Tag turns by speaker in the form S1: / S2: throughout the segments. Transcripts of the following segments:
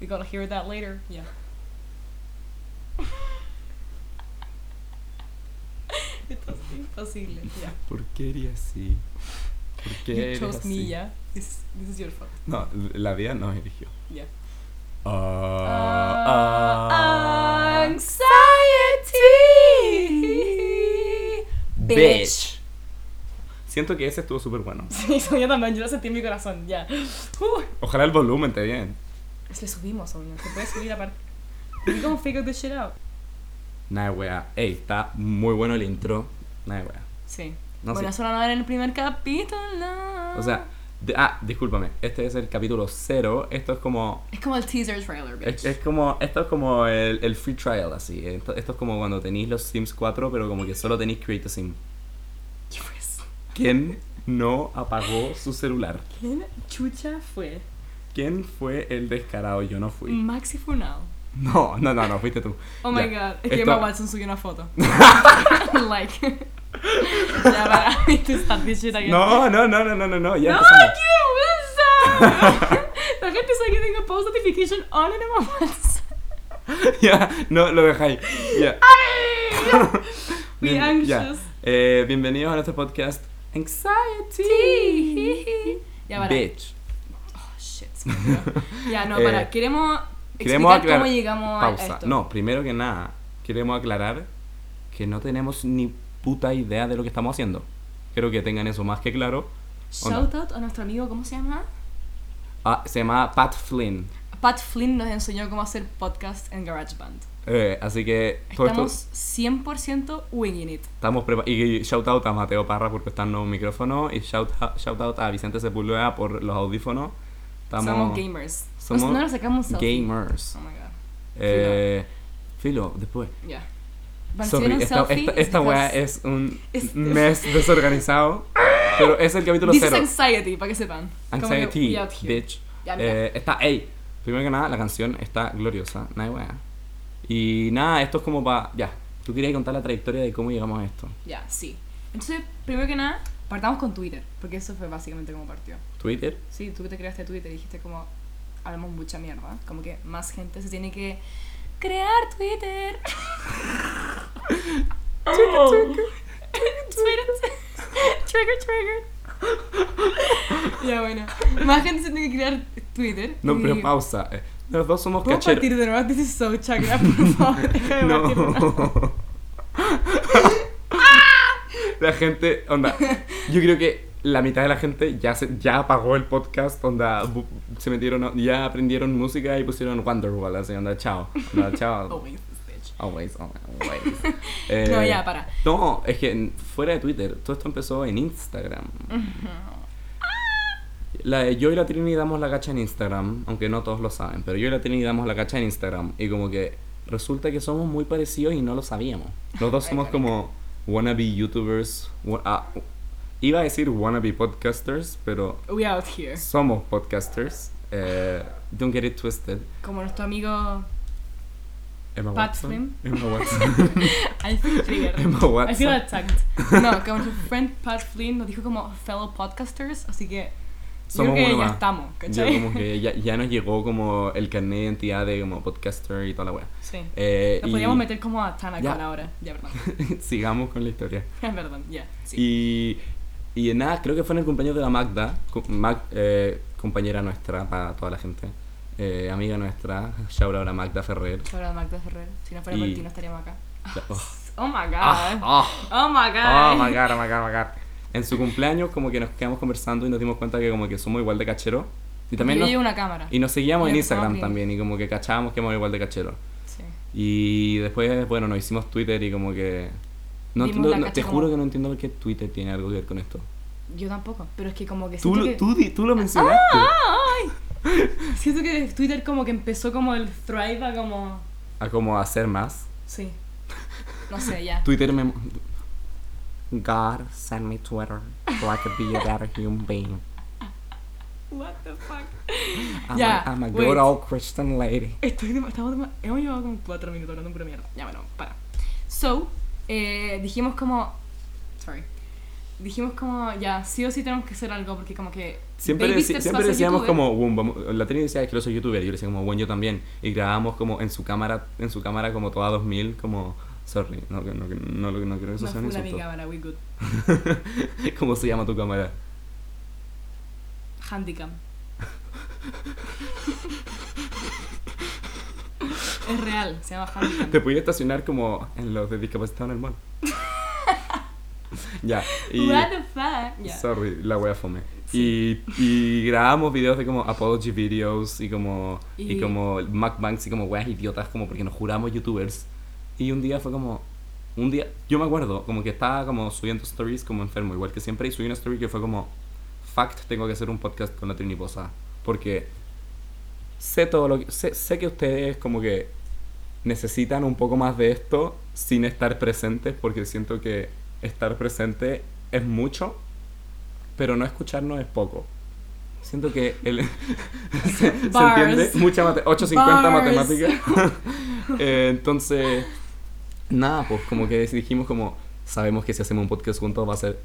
S1: We gotta hear that later. Yeah. Esto es imposible. Yeah.
S2: ¿Por qué eres así? ¿Por qué
S1: You
S2: eres
S1: chose me,
S2: así?
S1: yeah. This, this is your fault.
S2: No, la vida nos eligió.
S1: Yeah.
S2: Uh,
S1: Uh,
S2: Ah, ah,
S1: anxiety.
S2: bitch. Siento que ese estuvo súper bueno.
S1: Sí, yo también, yo lo sentí en mi corazón, ya. Uh,
S2: Ojalá el volumen esté bien.
S1: le subimos, obvio. Se puede subir aparte. We gonna figure this shit out.
S2: Nada, wea. Ey, está muy bueno el intro. Nada, wea.
S1: Sí.
S2: No
S1: bueno,
S2: sé.
S1: eso lo van a ver en el primer capítulo.
S2: O sea, de- ah, discúlpame. Este es el capítulo cero. Esto es como.
S1: Es como el teaser trailer, bitch.
S2: Es, es como, esto es como el, el free trial, así. Esto, esto es como cuando tenéis los Sims 4, pero como que solo tenéis Create a Sim.
S1: Yes.
S2: ¿Quién no apagó su celular?
S1: ¿Quién chucha fue?
S2: ¿Quién fue el descarado? Yo no fui.
S1: Maxi Funao.
S2: No, no, no, no, fuiste tú.
S1: Oh
S2: Ya.
S1: my god, es que
S2: Esto-
S1: Emma Watson subió una foto. like. ya para, viste, start this shit again.
S2: No, no, no, no, no, no, no, ya
S1: No,
S2: empezamos.
S1: qué vergüenza. La gente sabe que tengo post notification on en Emma Watson.
S2: Ya, no, lo dejáis. Ya.
S1: ¡Ay! We
S2: Bien- ya.
S1: anxious.
S2: Eh, bienvenidos a nuestro podcast Anxiety.
S1: Ya para.
S2: Bitch.
S1: Oh, shit. se me olvidó. Ya no, para.
S2: Eh,
S1: queremos
S2: queremos
S1: explicar
S2: aclarar-
S1: cómo llegamos a- a
S2: Pausa.
S1: esto.
S2: No, primero que nada, queremos aclarar que no tenemos ni puta idea de lo que estamos haciendo. Creo que tengan eso más que claro.
S1: Shout out a nuestro amigo, ¿cómo se llama?
S2: Ah, se llama Pat Flynn.
S1: Pat Flynn nos enseñó cómo hacer podcast en GarageBand.
S2: Eh, así que todo esto-
S1: Estamos 100% winging it.
S2: Estamos preparados. Y shout out a Mateo Parra por prestarnos un micrófono. Y shout, shout out a Vicente Sepúlveda por los audífonos. Estamos
S1: somos gamers. No-
S2: somos
S1: no nos sacamos selfie.
S2: gamers.
S1: Oh my god.
S2: Eh, filo, después.
S1: Ya.
S2: Sorry,
S1: Vanciaron
S2: esta,
S1: selfie
S2: esta,
S1: is
S2: esta weá
S1: because-
S2: es un
S1: es-
S2: mes desorganizado. pero es el capítulo
S1: This is
S2: cero.
S1: anxiety, para que sepan. Como que
S2: Anxiety,
S1: we out here.
S2: bitch.
S1: Ya, mira.
S2: Eh, está, ey. Primero que nada, la canción está gloriosa. Nada de weá. Y nada, esto es como para. Ya. Tú querías contar la trayectoria de cómo llegamos a esto.
S1: Ya, sí. Entonces, primero que nada, partamos con Twitter, porque eso fue básicamente como partió.
S2: Twitter.
S1: Sí, tú te creaste Twitter y dijiste como, hablamos mucha mierda, como que más gente se tiene que crear Twitter.
S2: Oh.
S1: trigger, trigger. Twitter. trigger, trigger. ya, bueno. Más gente se tiene que crear Twitter.
S2: No,
S1: y-
S2: pero pausa. Eh, Los dos somos
S1: ¿Puedo
S2: cacheros.
S1: partir de nuevo? This is so chakra, por favor. Déjame partir de nuevo.
S2: No. la gente, onda. Yo creo que la mitad de la gente ya se, ya apagó el podcast, onda. bu- Se metieron, a- ya aprendieron música y pusieron Wonderwall, así, onda, chao. Onda,
S1: Oh,
S2: chao.
S1: wait, this bitch.
S2: Always, always. Eh,
S1: No, ya, para.
S2: No, es que en- fuera de Twitter, todo esto empezó en Instagram. La- yo y la Trini damos la cacha en Instagram, aunque no todos lo saben, pero yo y la Trini damos la cacha en Instagram y como que resulta que somos muy parecidos y no lo sabíamos. Los dos somos como wannabe youtubers, wa- ah, iba a decir wannabe podcasters, pero
S1: We out here.
S2: somos podcasters. Eh, don't get it twisted.
S1: Como nuestro amigo
S2: Emma
S1: Pat
S2: Watson.
S1: Flynn.
S2: Emma Watson.
S1: I feel triggered.
S2: Emma Watson.
S1: I feel attacked. No, como nuestro friend Pat Flynn nos dijo como fellow podcasters, así que
S2: Somos
S1: yo creo
S2: uno
S1: que ya
S2: más.
S1: estamos,
S2: Yo
S1: ¿cachai?
S2: como que ya, ya nos llegó como el carnet de identidad de como podcaster y toda la wea.
S1: Sí.
S2: Eh,
S1: Nos
S2: y-
S1: podríamos meter como a Tana
S2: Ya.
S1: con ahora. Ya, perdón.
S2: Sigamos con la historia.
S1: perdón, ya. Sí.
S2: Y, y nada, creo que fue en el cumpleaños de la Magda, co- Mag- eh, compañera nuestra para toda la gente, eh, amiga nuestra, shout out a Magda Ferrer.
S1: Ahora Magda Ferrer. Si no fuera
S2: Y-
S1: por ti, no estaríamos acá.
S2: La- oh.
S1: Oh my
S2: Ah,
S1: god.
S2: ah,
S1: Oh my god.
S2: oh my god, oh my god, oh my god. En su cumpleaños como que nos quedamos conversando y nos dimos cuenta que como que somos igual de cachero. Y también
S1: yo
S2: nos-
S1: llevo una cámara.
S2: y nos seguíamos
S1: y
S2: en
S1: empezamos a
S2: Instagram
S1: abrir.
S2: también y como que cachábamos que éramos igual de cachero.
S1: Sí.
S2: Y después, bueno, nos hicimos Twitter y como que... No
S1: Dimos
S2: entiendo,
S1: la
S2: no-
S1: cacha
S2: te
S1: como-
S2: juro que no entiendo por qué Twitter tiene algo que ver con esto.
S1: Yo tampoco, pero es que como que
S2: Tú
S1: siento
S2: lo,
S1: que- Ah.
S2: tú, di- tú lo mencionaste.
S1: ¡Ay! Siento que Twitter como que empezó como el thrive a como...
S2: a como hacer más.
S1: Sí. No sé, ya.
S2: Twitter me... God, send me Twitter so I could be a better human being.
S1: What the fuck?
S2: I'm,
S1: Ya,
S2: a, I'm a
S1: wait.
S2: good old Christian lady.
S1: Estoy dem- estamos dem- hemos llevado como cuatro minutos hablando pura mierda. Ya, bueno, para. So, eh, dijimos como... Sorry. dijimos como, ya, sí o sí tenemos que hacer algo, porque como que...
S2: Siempre,
S1: Baby Steps va
S2: deci-
S1: a
S2: siempre
S1: ser
S2: decíamos
S1: youtuber.
S2: como, "Bum, vamos-". la Trini decía, es que yo soy youtuber, yo le decía como, bueno, yo también, y grabábamos como en su cámara, en su cámara como toda 2000, como, sorry, no, no, no, no, no creo que eso
S1: No
S2: sea un
S1: fue una
S2: insulto.
S1: mi cámara, we good.
S2: ¿Cómo se llama tu cámara?
S1: Handicam. es real, se llama Handicam.
S2: Te podía estacionar como en los de discapacitados en el mall. ya, y...
S1: What the fuck? Ya.
S2: Sorry, la wea fome. Y, y grabamos videos de como apology videos y como y,
S1: Y-
S2: como mukbangs y como weas idiotas como porque nos juramos youtubers. Y un día fue como un día, yo me acuerdo, como que estaba como subiendo stories como enfermo, igual que siempre y subí una story que fue como fact, tengo que hacer un podcast con la Trini Poza, porque sé todo lo que sé, sé que ustedes como que necesitan un poco más de esto sin estar presentes porque siento que estar presente es mucho pero no escucharnos es poco. Siento que el, se, se
S1: Bars.
S2: entiende mucha mate- 850
S1: Bars.
S2: matemática. Eh, entonces, nada, pues como que dijimos como sabemos que si hacemos un podcast juntos va a ser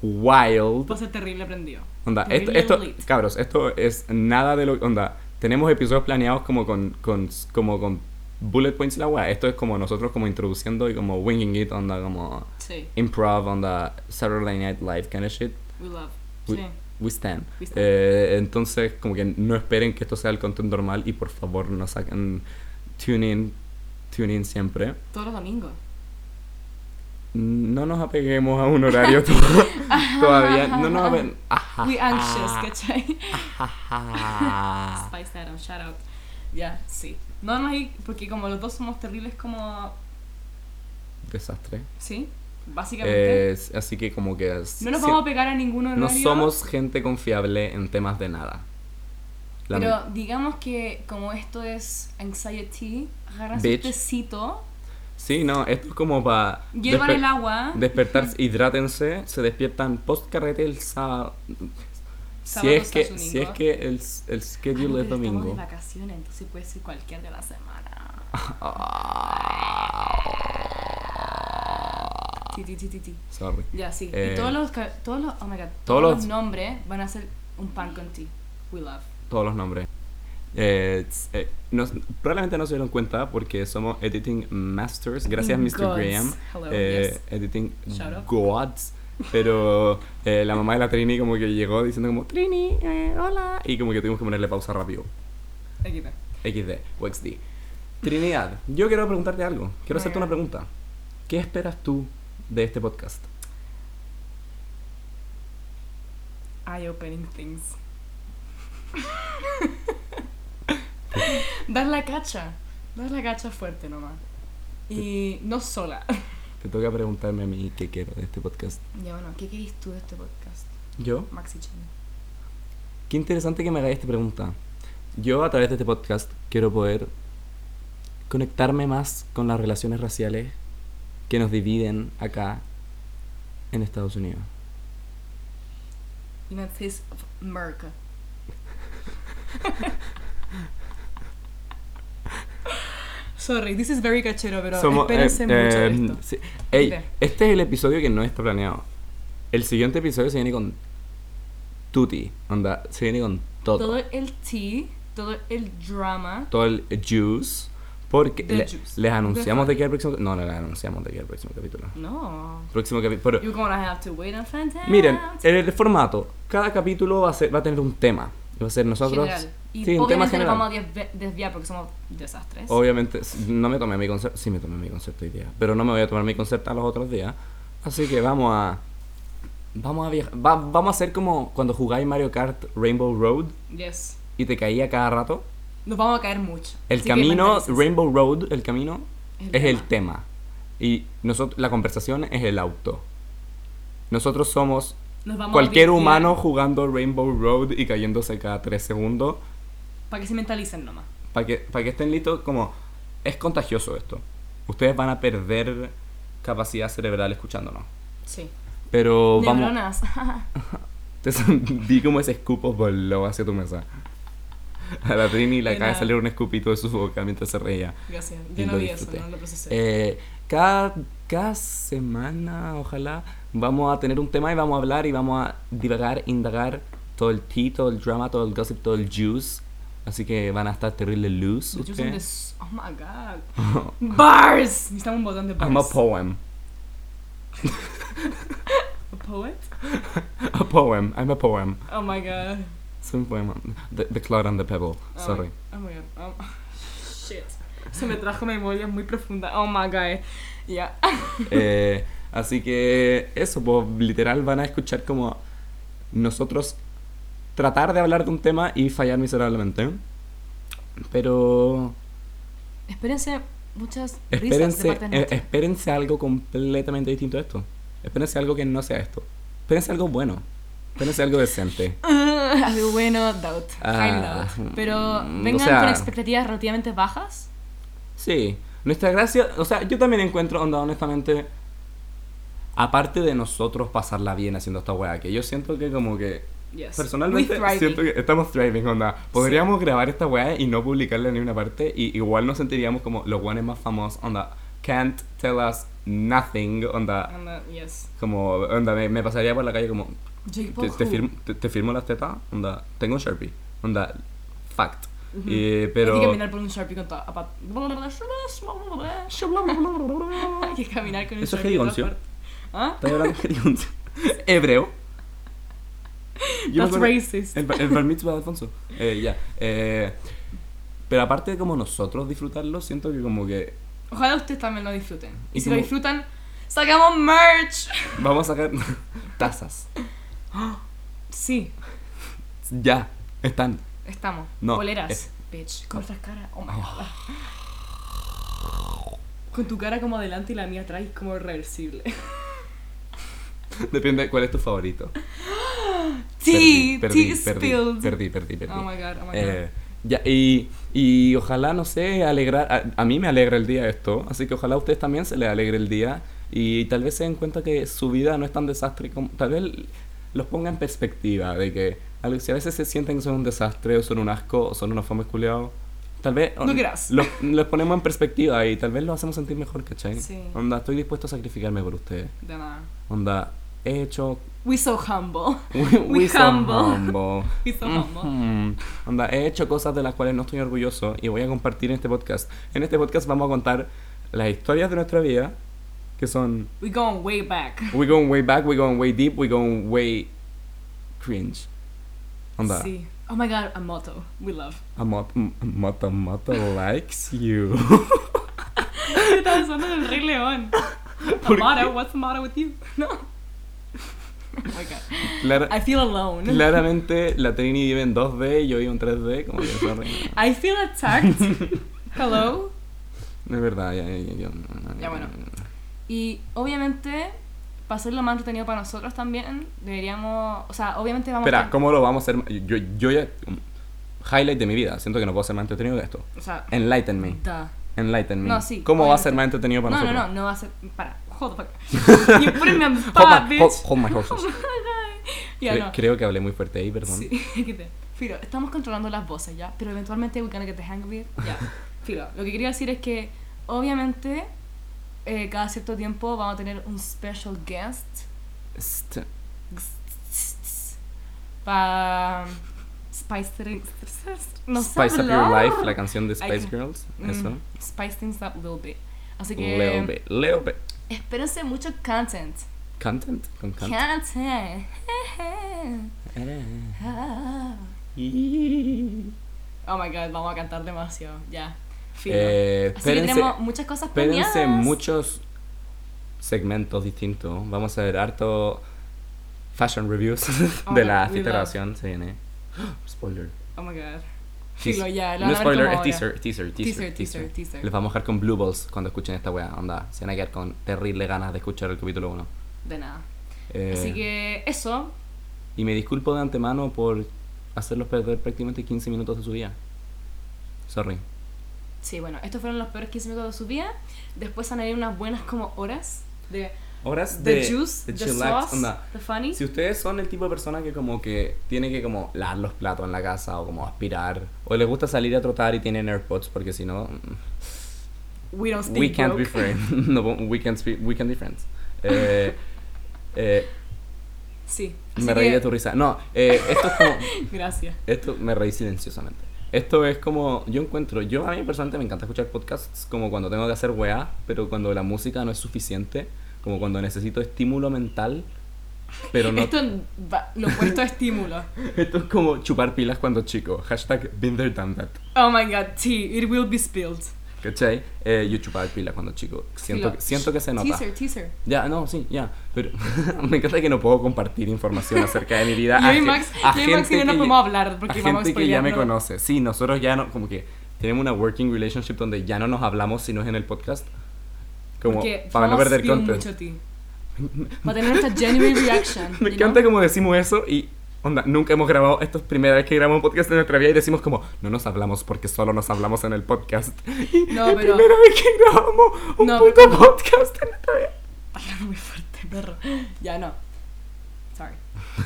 S2: wild.
S1: Va a ser terrible aprendido.
S2: Onda, esto,
S1: Really
S2: esto-
S1: late.
S2: cabros, esto es nada de lo onda. Tenemos episodios planeados como con, con, como con bullet points y la weá. Esto es como nosotros como introduciendo y como winging it, onda, como
S1: Sí,
S2: improv, onda Saturday Night Live kind of shit.
S1: we love.
S2: We-
S1: Sí.
S2: We stand.
S1: We stand.
S2: Eh, entonces, como que no esperen que esto sea el contenido normal y por favor no saquen tune in, tune in siempre.
S1: Todos los domingos.
S2: No nos apeguemos a un horario to- todavía. No nos apeguemos.
S1: We anxious, ¿cachai?
S2: Ah.
S1: Spice that up, shout out. Ya, sí. No, no hay, porque como los dos somos terribles como...
S2: Desastre.
S1: Sí, básicamente.
S2: Eh, s- así que como que... s-
S1: no nos
S2: si-
S1: vamos a pegar a ninguno de
S2: no somos gente confiable en temas de nada. Lame-
S1: Pero digamos que como esto es anxiety, agarran su
S2: Bitch.
S1: tecito,
S2: Sí, no, esto es como para...
S1: llevan el agua.
S2: Despertar, hidrátense, se despiertan post carrete el sábado. Si
S1: Sábado
S2: es, que,
S1: slash
S2: si es
S1: domingo.
S2: que el, el
S1: Ay,
S2: schedule
S1: pero
S2: es
S1: Estamos de
S2: domingo.
S1: vacaciones, entonces puede ser cualquier de la semana. Ti, ti, ti, ti, ti.
S2: Sorry.
S1: Ya, sí.
S2: Eh,
S1: y todos los, ca- todos los, oh my god, todos,
S2: todos
S1: los,
S2: los-
S1: nombres van a ser un pan con ti. We love.
S2: Todos los nombres. Eh, s- eh, nos- probablemente no se dieron cuenta porque somos Editing Masters. Gracias, Mr.
S1: Gods.
S2: Graham.
S1: Hello,
S2: eh,
S1: yes.
S2: Editing
S1: Shout out.
S2: Gods. Pero eh, la mamá de la Trini como que llegó diciendo como Trini, eh, hola. Y como que tuvimos que ponerle pausa rápido.
S1: Aquí está.
S2: XD o XD. Trinidad, yo quiero preguntarte algo. Quiero hacerte una pregunta. ¿Qué esperas tú de este podcast?
S1: Eye-opening things. dar la cacha. Dar la cacha fuerte nomás. Y no sola.
S2: Te toca preguntarme a mí qué quiero de este podcast.
S1: ya bueno, ¿qué querís tú de este podcast?
S2: ¿Yo?
S1: Maxi Chen.
S2: Qué interesante que me hagáis esta pregunta. Yo a través de este podcast quiero poder conectarme más con las relaciones raciales que nos dividen acá en Estados Unidos.
S1: United States of America. Sorry, this is very cachero, pero
S2: Somos-
S1: espérense
S2: eh,
S1: mucho de
S2: eh,
S1: esto.
S2: sí. Ey,
S1: Ve.
S2: este es el episodio que no está planeado. El siguiente episodio se viene con tutti, onda, se viene con
S1: Todo
S2: todo. Todo,
S1: el tea, todo el drama.
S2: el juice. Porque
S1: The
S2: le-
S1: juice.
S2: les anunciamos
S1: The
S2: de que el próximo... No, no les anunciamos de que el próximo capítulo.
S1: No.
S2: Próximo capítulo.
S1: You're gonna have to wait and find out.
S2: Miren, el, el formato. Cada capítulo va a, ser, va a tener un tema. Va a ser nosotros...
S1: General. Y
S2: sí, un tema
S1: obviamente nos
S2: general.
S1: vamos a desve- desviar porque somos desastres.
S2: Obviamente, s- no me tomé mi concepto. Sí, me tomé mi concepto hoy día. Pero no me voy a tomar mi concepto a los otros días. Así que vamos a. Vamos a viajar. vamos a hacer como cuando jugáis Mario Kart Rainbow Road
S1: Yes.
S2: y te caía cada rato.
S1: Nos vamos a caer mucho.
S2: El
S1: Así que
S2: camino,
S1: mentalícense.
S2: Rainbow Road, el camino,
S1: El
S2: es el
S1: tema.
S2: tema. Y nosotros, la conversación es el auto. Nosotros somos
S1: Nos vamos a
S2: cualquier
S1: desviar
S2: humano jugando Rainbow Road y cayéndose cada tres segundos.
S1: Para que se mentalicen nomás.
S2: Para que, pa' que estén listos, como es contagioso esto. Ustedes van a perder capacidad cerebral escuchándonos.
S1: Sí.
S2: Pero vamos.
S1: Neuronas.
S2: Te son- vi como ese escupo voló hacia tu mesa. A la Trini le
S1: De
S2: acaba de
S1: nada.
S2: salir un escupito de su boca mientras se reía.
S1: Gracias.
S2: Y
S1: Yo no
S2: lo
S1: vi eso,
S2: disfruté.
S1: no lo procesé.
S2: Eh, cada cada semana, ojalá, vamos a tener un tema y vamos a hablar y vamos a divagar, indagar todo el tea, todo el drama, todo el gossip, todo el juice. Así que van a estar terrible loose.
S1: Yo soy de
S2: ustedes.
S1: s- Oh my god. Bars! Necesitamos un botón de bars.
S2: I'm a poem.
S1: A poet?
S2: A poem. I'm a poem.
S1: Oh my god.
S2: Soy un poema. The, the Cloud and the Pebble.
S1: Oh
S2: Sorry.
S1: my- Oh my god. Oh, shit. Se me trajo memorias muy profundas. Oh my god. Ya.
S2: Eh, así que eso, pues literal van a escuchar como nosotros tratar de hablar de un tema y fallar miserablemente. Pero
S1: Espérense muchas risas de
S2: espérense,
S1: parte de
S2: eh,
S1: nosotros.
S2: espérense algo completamente distinto a esto. Espérense algo que no sea esto. Espérense algo bueno. Espérense algo decente.
S1: Ah, algo bueno, doubt. Highly
S2: Ah,
S1: doubt. Pero
S2: mm, o
S1: vengan
S2: sea-
S1: con expectativas relativamente bajas.
S2: Sí, nuestra gracia, o sea, yo también encuentro, onda, honestamente, aparte de nosotros pasarla bien haciendo esta weá, que yo siento que como que
S1: Yes.
S2: Personalmente
S1: We thriving.
S2: siento que estamos thriving, onda. Podríamos grabar esta weá y no publicarla en ninguna parte y igual nos sentiríamos como los guanes más famosos, onda. Can't tell us nothing, onda.
S1: And, uh, yes.
S2: Como, onda, me, me pasaría por la calle como,
S1: Jake Paul
S2: te, te
S1: who?
S2: firmo, te, te firmo las tetas, onda. Tengo un Sharpie, onda. Fact.
S1: Ujú.
S2: Eh,
S1: Hay que
S2: pero...
S1: caminar por un Sharpie con toda... apa- Hay que caminar con un
S2: Eso es
S1: Sharpie. en
S2: jerigoncio.
S1: todas partes. ¿Ah?
S2: Estoy hablando jerigoncio. Hebreo. Yo me
S1: That's
S2: acuerdo-
S1: racist.
S2: El, el bar mitzvah de Alfonso. Eh, ya. Eh, pero aparte de como nosotros disfrutarlo, siento que como que
S1: Ojalá ustedes también lo disfruten. Y,
S2: Y
S1: si lo
S2: como-
S1: disfrutan, sacamos merch.
S2: vamos a sacar tazas.
S1: Sí,
S2: Ya, están.
S1: estamos.
S2: No,
S1: Poleras.
S2: es- Ah.
S1: Bitch, con nuestras caras. Oh my god. Con tu cara como adelante y la mía atrás, como reversible.
S2: Depende de cuál es tu favorito.
S1: Sí,
S2: perdí,
S1: tea
S2: perdí,
S1: spilled.
S2: perdí, perdí, perdí.
S1: Oh my god, oh my god.
S2: Eh, ya, y, y ojalá, no sé, alegrar. A, a mí me alegra el día esto, así que ojalá a ustedes también se les alegre el día y tal vez se den cuenta que su vida no es tan desastre como. Tal vez los ponga en perspectiva de que al- si a veces se sienten que son un desastre o son un asco o son unos fomes culiados. Tal vez
S1: No querás.
S2: los, los ponemos en perspectiva y tal vez los hacemos sentir mejor, ¿cachai?
S1: Sí.
S2: Onda, estoy dispuesto a sacrificarme por ustedes.
S1: De nada.
S2: Onda, he hecho
S1: We so humble.
S2: We,
S1: We
S2: we so
S1: humble.
S2: humble.
S1: We so humble.
S2: Mhm. Onda, he hecho cosas de las cuales no estoy orgulloso y voy a compartir en este podcast. En este podcast vamos a contar las historias de nuestra vida, que son
S1: We going way back.
S2: We Going Way Back, We Going Way Deep, We Going Way Cringe. Onda,
S1: Sí. Oh my god, a motto. We love.
S2: a mot- m- moto moto likes you.
S1: Estaba usando el Rey León. The
S2: ¿Por
S1: motto, what's the motto with you? No. Oh my god.
S2: Clara-
S1: I feel alone.
S2: claramente la Trini vive en 2D y yo vivo en 3D, como que sorry.
S1: I feel attacked. Hello.
S2: No es verdad, ya, ya, ya, yo-
S1: Ya, bueno. Y obviamente, para ser lo más entretenido para nosotros también, deberíamos. O sea, obviamente vamos
S2: Espera,
S1: a.
S2: ¿cómo lo vamos a hacer? ma- Yo, yo ya. um, Highlight de mi vida. Siento que no puedo ser más entretenido que esto.
S1: O sea,
S2: Enlighten me.
S1: duh.
S2: Enlighten me.
S1: No, sí,
S2: ¿Cómo va a
S1: obviamente.
S2: ser más entretenido para
S1: No, no,
S2: nosotros?
S1: no, no va a ser. Para. Hold the fuck. You put me on the spot,
S2: Hold my, hold,
S1: bitch.
S2: hold my horses.
S1: Ya
S2: Cre-
S1: no.
S2: Creo que hablé muy fuerte ahí, perdón.
S1: Sí, que te- Filo, estamos controlando las voces ya, pero eventualmente we're gonna get the hang of it. Ya. Filo, lo que quería decir es que obviamente eh, cada cierto tiempo vamos a tener un special guest
S2: St-
S1: para spice things no sé
S2: Spice Up Your
S1: hablar.
S2: Life, la canción de
S1: can-
S2: Spice Girls.
S1: Mm,
S2: Eso.
S1: Spice things up a little bit. Así que
S2: Little bit, little bit.
S1: espérense mucho content.
S2: Content. Con content.
S1: Content.
S2: Eh.
S1: Ah. Oh my god, vamos a cantar demasiado. Ya. Filo.
S2: Eh,
S1: Así que
S2: espérense,
S1: tenemos muchas cosas
S2: espérense
S1: planeadas.
S2: muchos segmentos distintos. Vamos a ver harto fashion reviews
S1: Oh
S2: de
S1: my
S2: la
S1: God, we
S2: fiesta de
S1: love.
S2: grabación. Se viene. Spoiler.
S1: Oh my god.
S2: Teas-
S1: Filo, ya, lo
S2: no
S1: van a ver
S2: spoiler,
S1: como
S2: es
S1: ahora.
S2: teaser, teaser, teaser,
S1: Teaser, teaser, teaser.
S2: Les vamos a dejar con blue balls cuando escuchen esta weá, onda. Se van a quedar con terrible ganas de escuchar el capítulo 1.
S1: De nada.
S2: Eh.
S1: Así que eso.
S2: Y me disculpo de antemano por hacerlos perder prácticamente 15 minutos de su día. Sorry.
S1: Sí, bueno, estos fueron los peores 15 minutos de su vida. Después han ido unas buenas como horas de
S2: Horas
S1: the
S2: de
S1: juice,
S2: de
S1: the
S2: chillax,
S1: sauce,
S2: onda.
S1: the funny.
S2: Si ustedes son el tipo de persona que como que tiene que como lavar los platos en la casa o como aspirar o les gusta salir a trotar y tienen AirPods porque si no mm,
S1: We don't speak
S2: We can't be
S1: broke.
S2: friends. No, we can't speak- we can't be friends. Eh, eh,
S1: Sí.
S2: me
S1: así
S2: reí de
S1: que-
S2: tu risa. No, eh, esto es como.
S1: Gracias.
S2: Esto me reí silenciosamente. Esto es como, yo encuentro, yo a mí personalmente me encanta escuchar podcasts como cuando tengo que hacer weá, pero cuando la música no es suficiente, como cuando necesito estímulo mental, pero no...
S1: Esto va- lo opuesto a estímulo.
S2: Esto es como chupar pilas cuando chico, hashtag been there, done that,
S1: Oh my god, tea, it will be spilled.
S2: ¿cachai? Eh, yo chupaba pilas cuando chico, siento,
S1: Filo.
S2: siento que se nota.
S1: Teaser, teaser.
S2: Ya, no, sí, ya, pero me encanta que no puedo compartir información acerca de mi vida.
S1: Yo y
S2: gen-
S1: Max,
S2: a
S1: yo y Max
S2: gente
S1: no
S2: que-
S1: podemos hablar porque
S2: a
S1: vamos
S2: gente que ya me
S1: spoileando.
S2: conoce. Sí, nosotros ya no, como que tenemos una working relationship donde ya no nos hablamos si no es en el podcast. Como
S1: Porque
S2: para no
S1: vamos
S2: perder
S1: spill
S2: contenido.
S1: mucho tea. Para tener nuestra genuine reaction.
S2: Me
S1: you
S2: encanta
S1: know?
S2: como decimos eso y onda, nunca hemos grabado, esto es primera vez que grabamos un podcast en nuestra vida y decimos como, no nos hablamos porque solo nos hablamos en el podcast. Y
S1: No,
S2: es
S1: pero-
S2: primera vez que grabamos un
S1: No,
S2: puto podcast en nuestra vida.
S1: Hablando muy fuerte, perro. Ya no. Sorry.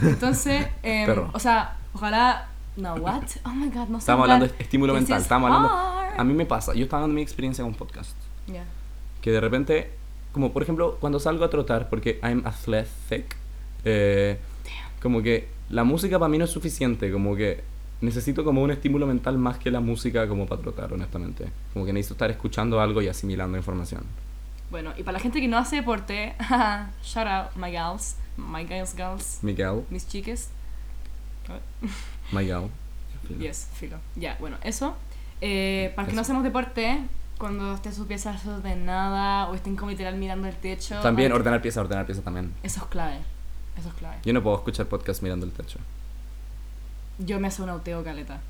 S1: Entonces, em,
S2: Perro.
S1: o sea, ojalá. No, what? Oh my god, no sé.
S2: Estamos
S1: hablar.
S2: hablando de estímulo
S1: This
S2: mental,
S1: is
S2: estamos hablando...
S1: hard.
S2: A mí me pasa, yo estaba dando mi experiencia con podcast.
S1: Yeah.
S2: que de repente, como por ejemplo, cuando salgo a trotar, porque I'm athletic, eh, como que la música para mí no es suficiente, como que necesito como un estímulo mental más que la música como para trotar, honestamente. Como que necesito estar escuchando algo y asimilando información.
S1: Bueno, y para la gente que no hace deporte, shout out, my gals, my gals, girls,
S2: Miguel,
S1: mis chiques.
S2: Miguel.
S1: Yes, filo. Ya, bueno, eso. Eh, para los que no hacemos deporte, cuando estén sus piezas desordenadas o estén como literal mirando el techo.
S2: También
S1: ah,
S2: ordenar piezas, ordenar piezas también.
S1: Eso es clave. Eso es clave.
S2: Yo no puedo escuchar podcast mirando el techo.
S1: Yo me hace un auteo caleta.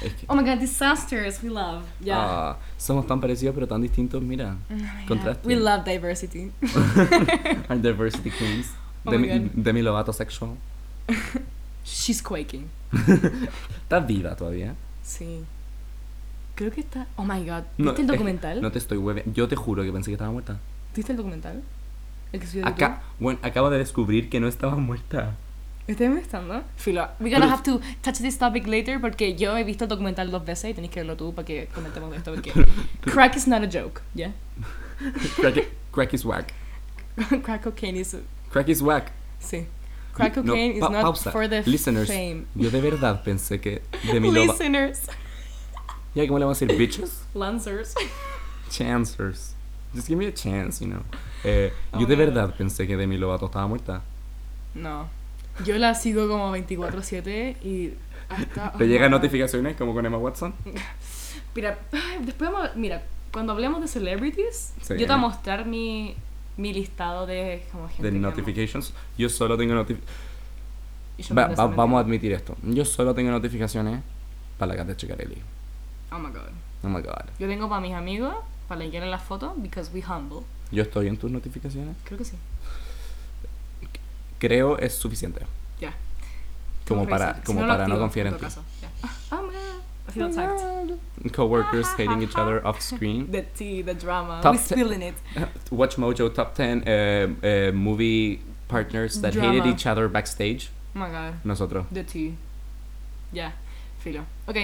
S2: Es que,
S1: Oh my god, disasters, we love. Ya. Oh
S2: Ah, somos tan parecidos pero tan distintos, mira. contraste.
S1: We love diversity.
S2: Our diversity queens.
S1: Oh
S2: Demi,
S1: my God.
S2: Demi Lovato sexual.
S1: She's quaking.
S2: ¿Estás viva todavía?
S1: Sí. Creo que está. Oh my god. ¿Viste
S2: No,
S1: el
S2: es que
S1: documental?
S2: No te estoy hueve. Yo te juro que pensé que estaba muerta.
S1: ¿Viste el documental? El que subió de
S2: Acá, bueno, acabo de descubrir que no estaba muerta.
S1: ¿Estás molestando? Filo, we're
S2: Pero-
S1: gonna have to touch this topic later porque yo he visto el documental dos veces y tenéis que verlo tú para que comentemos de esto porque crack is not a joke, ¿ya?
S2: Crack, crack is whack.
S1: crack cocaine is...
S2: Crack is whack.
S1: Sí. Crack
S2: No,
S1: cocaine
S2: pa-
S1: is not
S2: pausa.
S1: for the
S2: Listeners.
S1: fame.
S2: Yo de verdad pensé que Demi Lovato.
S1: Listeners.
S2: ¿Ya cómo le vamos a decir? ¿Bitches?
S1: Lancers.
S2: Chancers. Just give me a chance, you know. Eh,
S1: Oh
S2: yo de
S1: my God.
S2: verdad pensé que Demi Lovato estaba muerta.
S1: No. Yo la sigo como 24-7 y hasta...
S2: Te
S1: oh my
S2: llegan
S1: God.
S2: notificaciones como con Emma Watson.
S1: Mira, ay, después vamos a- Mira, cuando hablemos de celebrities,
S2: Sí.
S1: yo te voy a mostrar mi, mi listado de como gente
S2: De
S1: que amo.
S2: notifications. Yo solo tengo notificaciones.
S1: Y yo me las metí.
S2: vamos a admitir esto. Yo solo tengo notificaciones para la gata Chicarelli.
S1: Oh my god.
S2: Oh my god.
S1: Yo tengo para mis amigos, para likear en la foto, because we humble.
S2: Yo estoy en tus notificaciones.
S1: Creo que sí.
S2: Creo es suficiente.
S1: Ya.
S2: Como
S1: Tengo que
S2: para,
S1: revisar. Si
S2: como
S1: lo
S2: para no
S1: activo,
S2: confiar en
S1: todo
S2: ti.
S1: caso. Ya. Oh my god. I feel attacked. Ah,
S2: Coworkers hating each other off screen.
S1: The tea, the drama.
S2: Top
S1: We're
S2: ten-
S1: spilling it.
S2: Watch Mojo top 10 eh, eh, movie partners that hated
S1: Drama.
S2: each other backstage.
S1: Oh my god.
S2: Nosotros.
S1: The tea. Ya. Filo. Ok.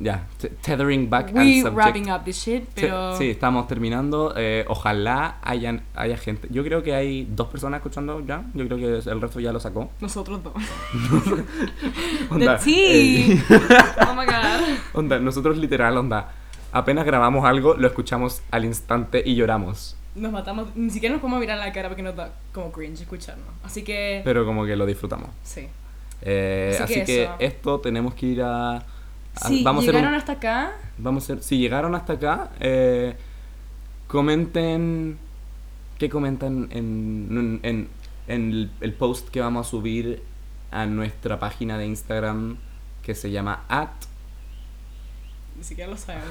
S2: Ya. t- Tethering back
S1: We
S2: and subject.
S1: wrapping up this shit,
S2: Sí,
S1: pero.
S2: Sí, estamos terminando. Eh, ojalá hayan, haya gente. Yo creo que hay dos personas escuchando ya. Yo creo que el resto ya lo sacó.
S1: Nosotros dos.
S2: Onda,
S1: the tea.
S2: eh,
S1: oh my god.
S2: onda, nosotros literal, onda. Apenas grabamos algo, lo escuchamos al instante y lloramos.
S1: Nos matamos. Ni siquiera nos podemos mirar la cara porque nos da como cringe escucharnos. Así que.
S2: Pero como que lo disfrutamos.
S1: sí.
S2: Eh, así
S1: Así
S2: que,
S1: que eso.
S2: esto tenemos que ir a... a-
S1: Si
S2: ah, vamos, a hacer
S1: llegaron
S2: un-
S1: hasta acá,
S2: vamos a hacer- Si llegaron hasta acá, eh, comenten... ¿Qué comentan en, en, en- en el, el post que vamos a subir a nuestra página de Instagram que se llama at
S1: ni siquiera lo sabemos.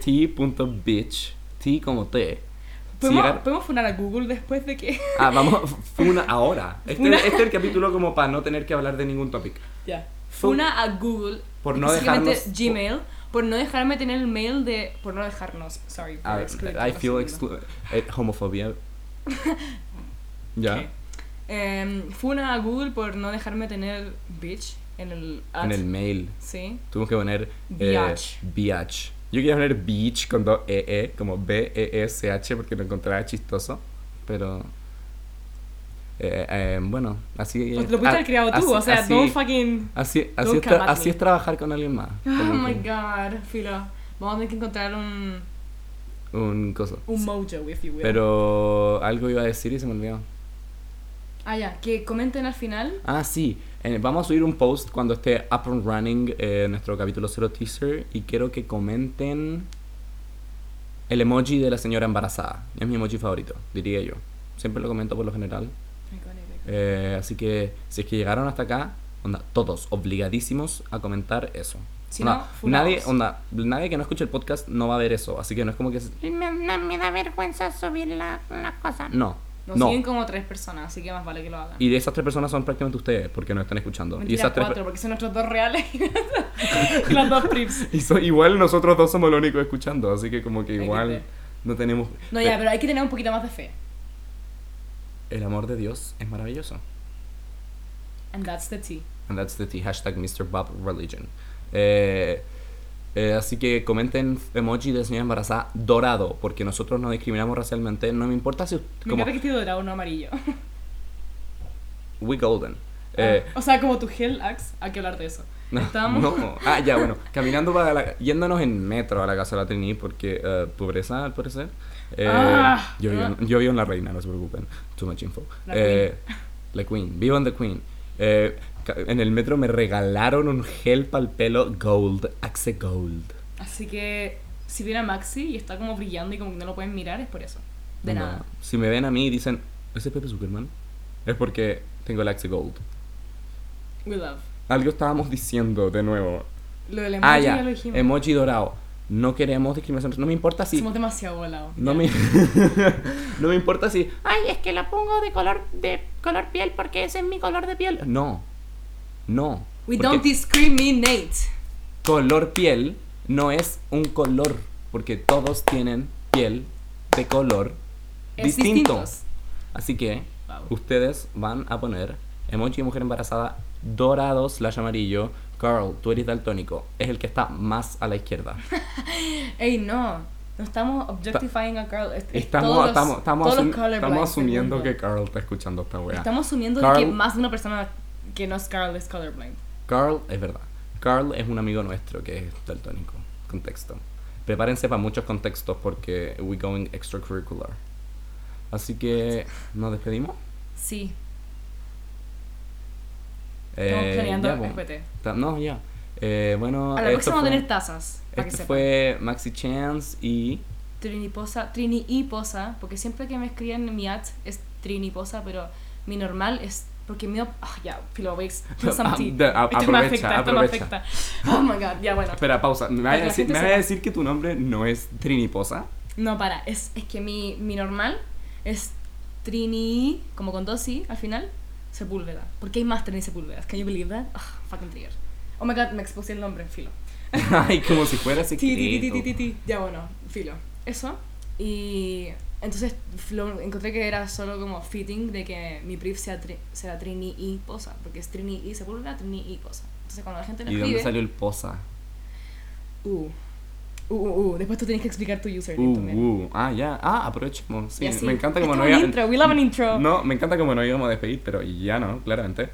S2: anxiety.bitch T como T. Si
S1: ¿Podemos,
S2: llegar-
S1: podemos funar a Google después de que.
S2: Ah, vamos, funa ahora. Este,
S1: Funa.
S2: este es el capítulo como para no tener que hablar de ningún topic.
S1: Ya. Funa a Google.
S2: Por no
S1: específicamente
S2: dejarnos-
S1: Gmail. Por no dejarme tener el mail de. Por no dejarnos. Sorry. por
S2: I,
S1: excluirnos,
S2: I feel
S1: lo siento.
S2: exclu- eh, homofobia.
S1: Ok.
S2: ya.
S1: Em, funa a Google por no dejarme tener bitch en el. ad.
S2: En el mail
S1: Sí.
S2: tuvimos que poner eh,
S1: Biatch.
S2: biatch. Yo quería poner beach con dos EE, como E B-E-E-C-H, porque lo encontraba chistoso, pero. eh, eh, ah, bueno, así.
S1: O te Pues, lo pudiste haber creado tú, o sea,
S2: no
S1: don't fucking.
S2: Así, así,
S1: don't
S2: es tra-
S1: come at
S2: así
S1: me.
S2: es trabajar con alguien más.
S1: Oh
S2: como
S1: my
S2: que
S1: god, filo. Vamos a tener que encontrar un,
S2: Un coso.
S1: un mojo, if you will.
S2: Pero algo iba a decir y se me olvidó.
S1: Ah, ya, que comenten al final.
S2: Ah, sí. Eh, vamos a subir un post cuando esté up and running eh, nuestro capítulo 0 teaser y quiero que comenten el emoji de la señora embarazada. Es mi emoji favorito, diría yo. Siempre lo comento por lo general. Eh, así que si es que llegaron hasta acá, onda, todos obligadísimos a comentar eso.
S1: Si
S2: Onda,
S1: no, funados.
S2: Eh, nadie, onda, nadie que no escuche el podcast no va a ver eso, así que no es como que... es-
S3: Me, me- me da vergüenza subir la, la cosa.
S2: No,
S1: Nos
S2: no.
S1: siguen como tres personas, así que más vale que lo hagan.
S2: Y de esas tres personas son prácticamente ustedes, porque nos están escuchando. y
S1: Mentira,
S2: esas tres...
S1: cuatro, porque son nuestros dos reales y los dos prips.
S2: Y so- igual nosotros dos somos los únicos escuchando, así que como que
S1: que
S2: igual
S1: ver.
S2: no tenemos...
S1: No, ya, pero hay que tener un poquito más de fe.
S2: El amor de Dios es maravilloso.
S1: And that's the tea.
S2: And that's the tea, hashtag Mr. Bob Religion. Eh, eh, así que comenten emoji de señora embarazada dorado, porque nosotros no discriminamos racialmente. No me importa si...
S1: Me
S2: Como,
S1: encanta que esté dorado, no amarillo.
S2: we golden. Eh,
S1: o sea, como tu gel axe, hay que hablar de eso.
S2: No,
S1: Estábamos.
S2: no. Ah, ya, bueno. Caminando para la... Yéndonos en metro a la casa de la Trini porque eh, pobreza, al parecer. Eh,
S1: Ah.
S2: yo, vivo en, yo vivo en La Reina, no se preocupen. Too much info.
S1: La
S2: Eh, la Queen. Vivo en The Queen. Eh, ca- en el metro me regalaron un gel para el pelo Gold, Axe Gold.
S1: Así que si viene a Maxi y está como brillando y como que no lo pueden mirar, es por eso. De
S2: No.
S1: nada.
S2: Si me ven a mí y dicen, ¿ese es Pepe Superman? Es porque tengo el Axe Gold.
S1: We love.
S2: Algo estábamos diciendo de nuevo.
S1: Lo del emoji
S2: Ah,
S1: ya.
S2: ya.
S1: lo dijimos.
S2: Emoji dorado. No queremos discriminación. No me importa si.
S1: Somos demasiado volados.
S2: No me, no me importa si.
S3: Ay, es que la pongo de color de color piel porque ese es mi color de piel.
S2: No. No.
S1: We
S2: Porque
S1: don't discriminate.
S2: color piel no es un color. Porque todos tienen piel de color
S1: Es
S2: distinto.
S1: distintos.
S2: Así que
S1: Wow.
S2: ustedes van a poner emoji de mujer embarazada dorado slash amarillo. Carl, tú eres daltónico. Es el que está más a la izquierda.
S1: Ey, no. No estamos objectifying a girl. Es- es todos
S2: Estamos,
S1: los-
S2: estamos, estamos,
S1: todos los
S2: asum- estamos
S1: colorblind
S2: asumiendo
S1: del
S2: que
S1: mundo.
S2: Carl está escuchando esta weá.
S1: Estamos asumiendo de
S2: Carl-
S1: que más de una persona que no es Carl es colorblind.
S2: Carl, es verdad. Carl es un amigo nuestro que es daltónico. Contexto. Prepárense para muchos contextos porque we going extracurricular. Así que nos despedimos.
S1: Sí. Estamos planeando
S2: Eh, ya, po.
S1: FPT.
S2: Ta- No, ya. Eh, bueno,
S1: A la
S2: esto
S1: próxima vamos a
S2: fue,
S1: tener tazas. Para que
S2: esto
S1: sepan.
S2: fue Maxi Chance y
S1: Trini Posa, Trini y Posa, porque siempre que me escriben mi at es Trini Posa, pero mi normal es porque mi op- ah, ya, filo, voy a ex- do some tea.
S2: Ah, De- a-
S1: Esto me
S2: aprovecha,
S1: afecta, esto me
S2: aprovecha.
S1: afecta. Oh my god, ya bueno.
S2: Espera, pausa. ¿Me vas a
S1: Para que la
S2: decir,
S1: gente
S2: me vas a
S1: sepa.
S2: decir que tu nombre no es Triniposa?
S1: No, para, es, es que mi, mi normal es Trini, como con dos i al final, Sepúlveda. Porque hay más Trini Sepúlvedas. Can you believe that? Ah, fucking trigger. Oh my god, me expuse el nombre, filo.
S2: Ay, como si fuera
S1: Ti, ti, ti, ti, ti,
S2: secreto.
S1: ti. Ya bueno, filo. Eso. Y entonces lo encontré que era solo como fitting de que mi brief sea, tri- sea Trini y Posa, porque es Trini y Sepúlveda, Trini y Posa. Entonces cuando la gente nos
S2: ¿Y dónde
S1: escribe...
S2: salió el posa?
S1: Uh, uh, uh, uh, Después tú tienes que explicar tu
S2: Uh,
S1: username también.
S2: uh, ah, ya. Ah, aprovechemos. Sí,
S1: Y así.
S2: me encanta como
S1: Esto
S2: no
S1: es un
S2: había-
S1: intro, we love an intro.
S2: No, me encanta como no íbamos a despedir, pero ya no, claramente.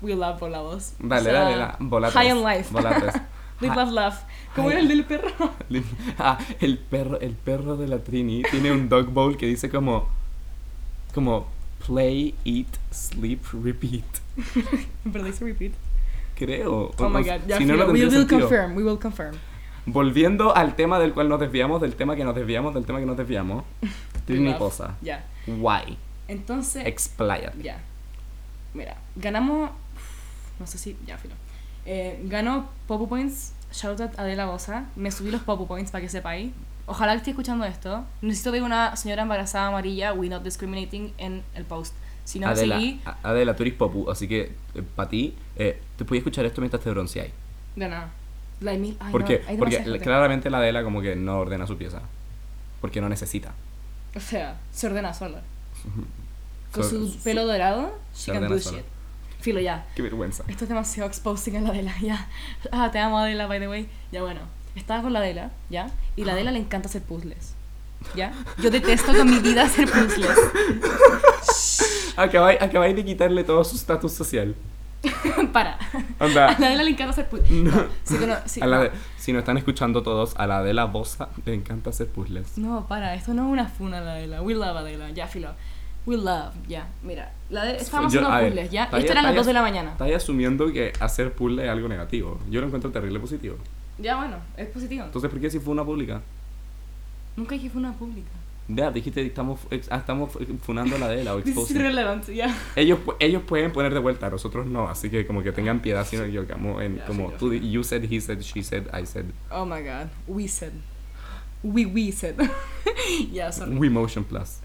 S1: We love volados.
S2: Dale,
S1: O sea,
S2: dale, dale. Volatres.
S1: High on life.
S2: Volatres.
S1: Live,
S2: Ah,
S1: love, love. Como
S2: High-
S1: era el del perro.
S2: li- ah, el perro, el perro de la Trini tiene un dog bowl que dice como como play, eat, sleep, repeat.
S1: Pero dice repeat.
S2: Creo.
S1: Oh my
S2: No,
S1: god, ya
S2: si no, no
S1: filo. We
S2: tendría
S1: will
S2: sentido.
S1: confirm, we will confirm.
S2: Volviendo al tema del cual nos desviamos, del tema que nos desviamos, del tema que nos desviamos. Trini
S1: Love.
S2: Posa.
S1: Ya.
S2: Why?
S1: Entonces.
S2: Expláyate.
S1: Ya. Mira, ganamos. No sé si. Ya, filo. Eh, ganó Popu Points. Shout out Adela Bosa. Me subí los Popu Points para que sepáis. Ojalá que esté escuchando esto. Necesito ver una señora embarazada amarilla, we not discriminating, en el post. Si no
S2: Adela,
S1: me seguí,
S2: A- Adela, tú eres popu, así que para ti, eh, te puedes escuchar esto mientras te bronceáis.
S1: de nada. La Emil, ay,
S2: ¿Por
S1: no,
S2: qué?
S1: hay
S2: Porque
S1: demasiada
S2: la-
S1: gente.
S2: claramente la Adela como que no ordena su pieza. Porque no necesita.
S1: O sea, se ordena sola. Con
S2: So-
S1: su
S2: su-
S1: pelo dorado,
S2: se
S1: she can
S2: ordena
S1: do
S2: sola.
S1: shit. Filo ya.
S2: Qué vergüenza.
S1: Esto es demasiado exposing a la Adela, ya. Ah, te amo Adela, by the way. Ya bueno. estaba con la Adela, ¿ya? Y la Adela le encanta hacer puzzles, ¿ya? Yo detesto con mi vida hacer puzzles.
S2: Acabáis, acabáis de quitarle todo su estatus social.
S1: Para.
S2: Onda.
S1: A la Adela le encanta hacer puzzles. No, sí, no, sí,
S2: A la
S1: no.
S2: de- si nos están escuchando todos, a la de la bosa le encanta hacer puzzles.
S1: No, para, esto no es una funa, la Adela. We love Adela, ya, filo. We love, ya. Mira, la de, estábamos
S2: Yo- a
S1: haciendo
S2: ver,
S1: puzzles, ya.
S2: todavía-
S1: esto era a las
S2: todavía-
S1: 2 de la mañana.
S2: Estáis asumiendo que hacer puzzles es algo negativo. Yo lo encuentro terrible positivo.
S1: Ya, bueno, es positivo.
S2: Entonces, ¿por qué si fue una pública?
S1: Nunca dije funa pública.
S2: Ya, dijiste estamos, ex- ah, estamos funando a la de la o
S1: This is
S2: exposing.
S1: irrelevant, ya.
S2: Ellos, pu- ellos pueden poner de vuelta, nosotros no. Así que como que tengan piedad si nos equivocamos en
S1: Ya,
S2: como
S1: sí, ya.
S2: tú, di- you said, he said, she said, I said.
S1: Oh my god, we said. We, we said. ya, sorry.
S2: We Motion Plus.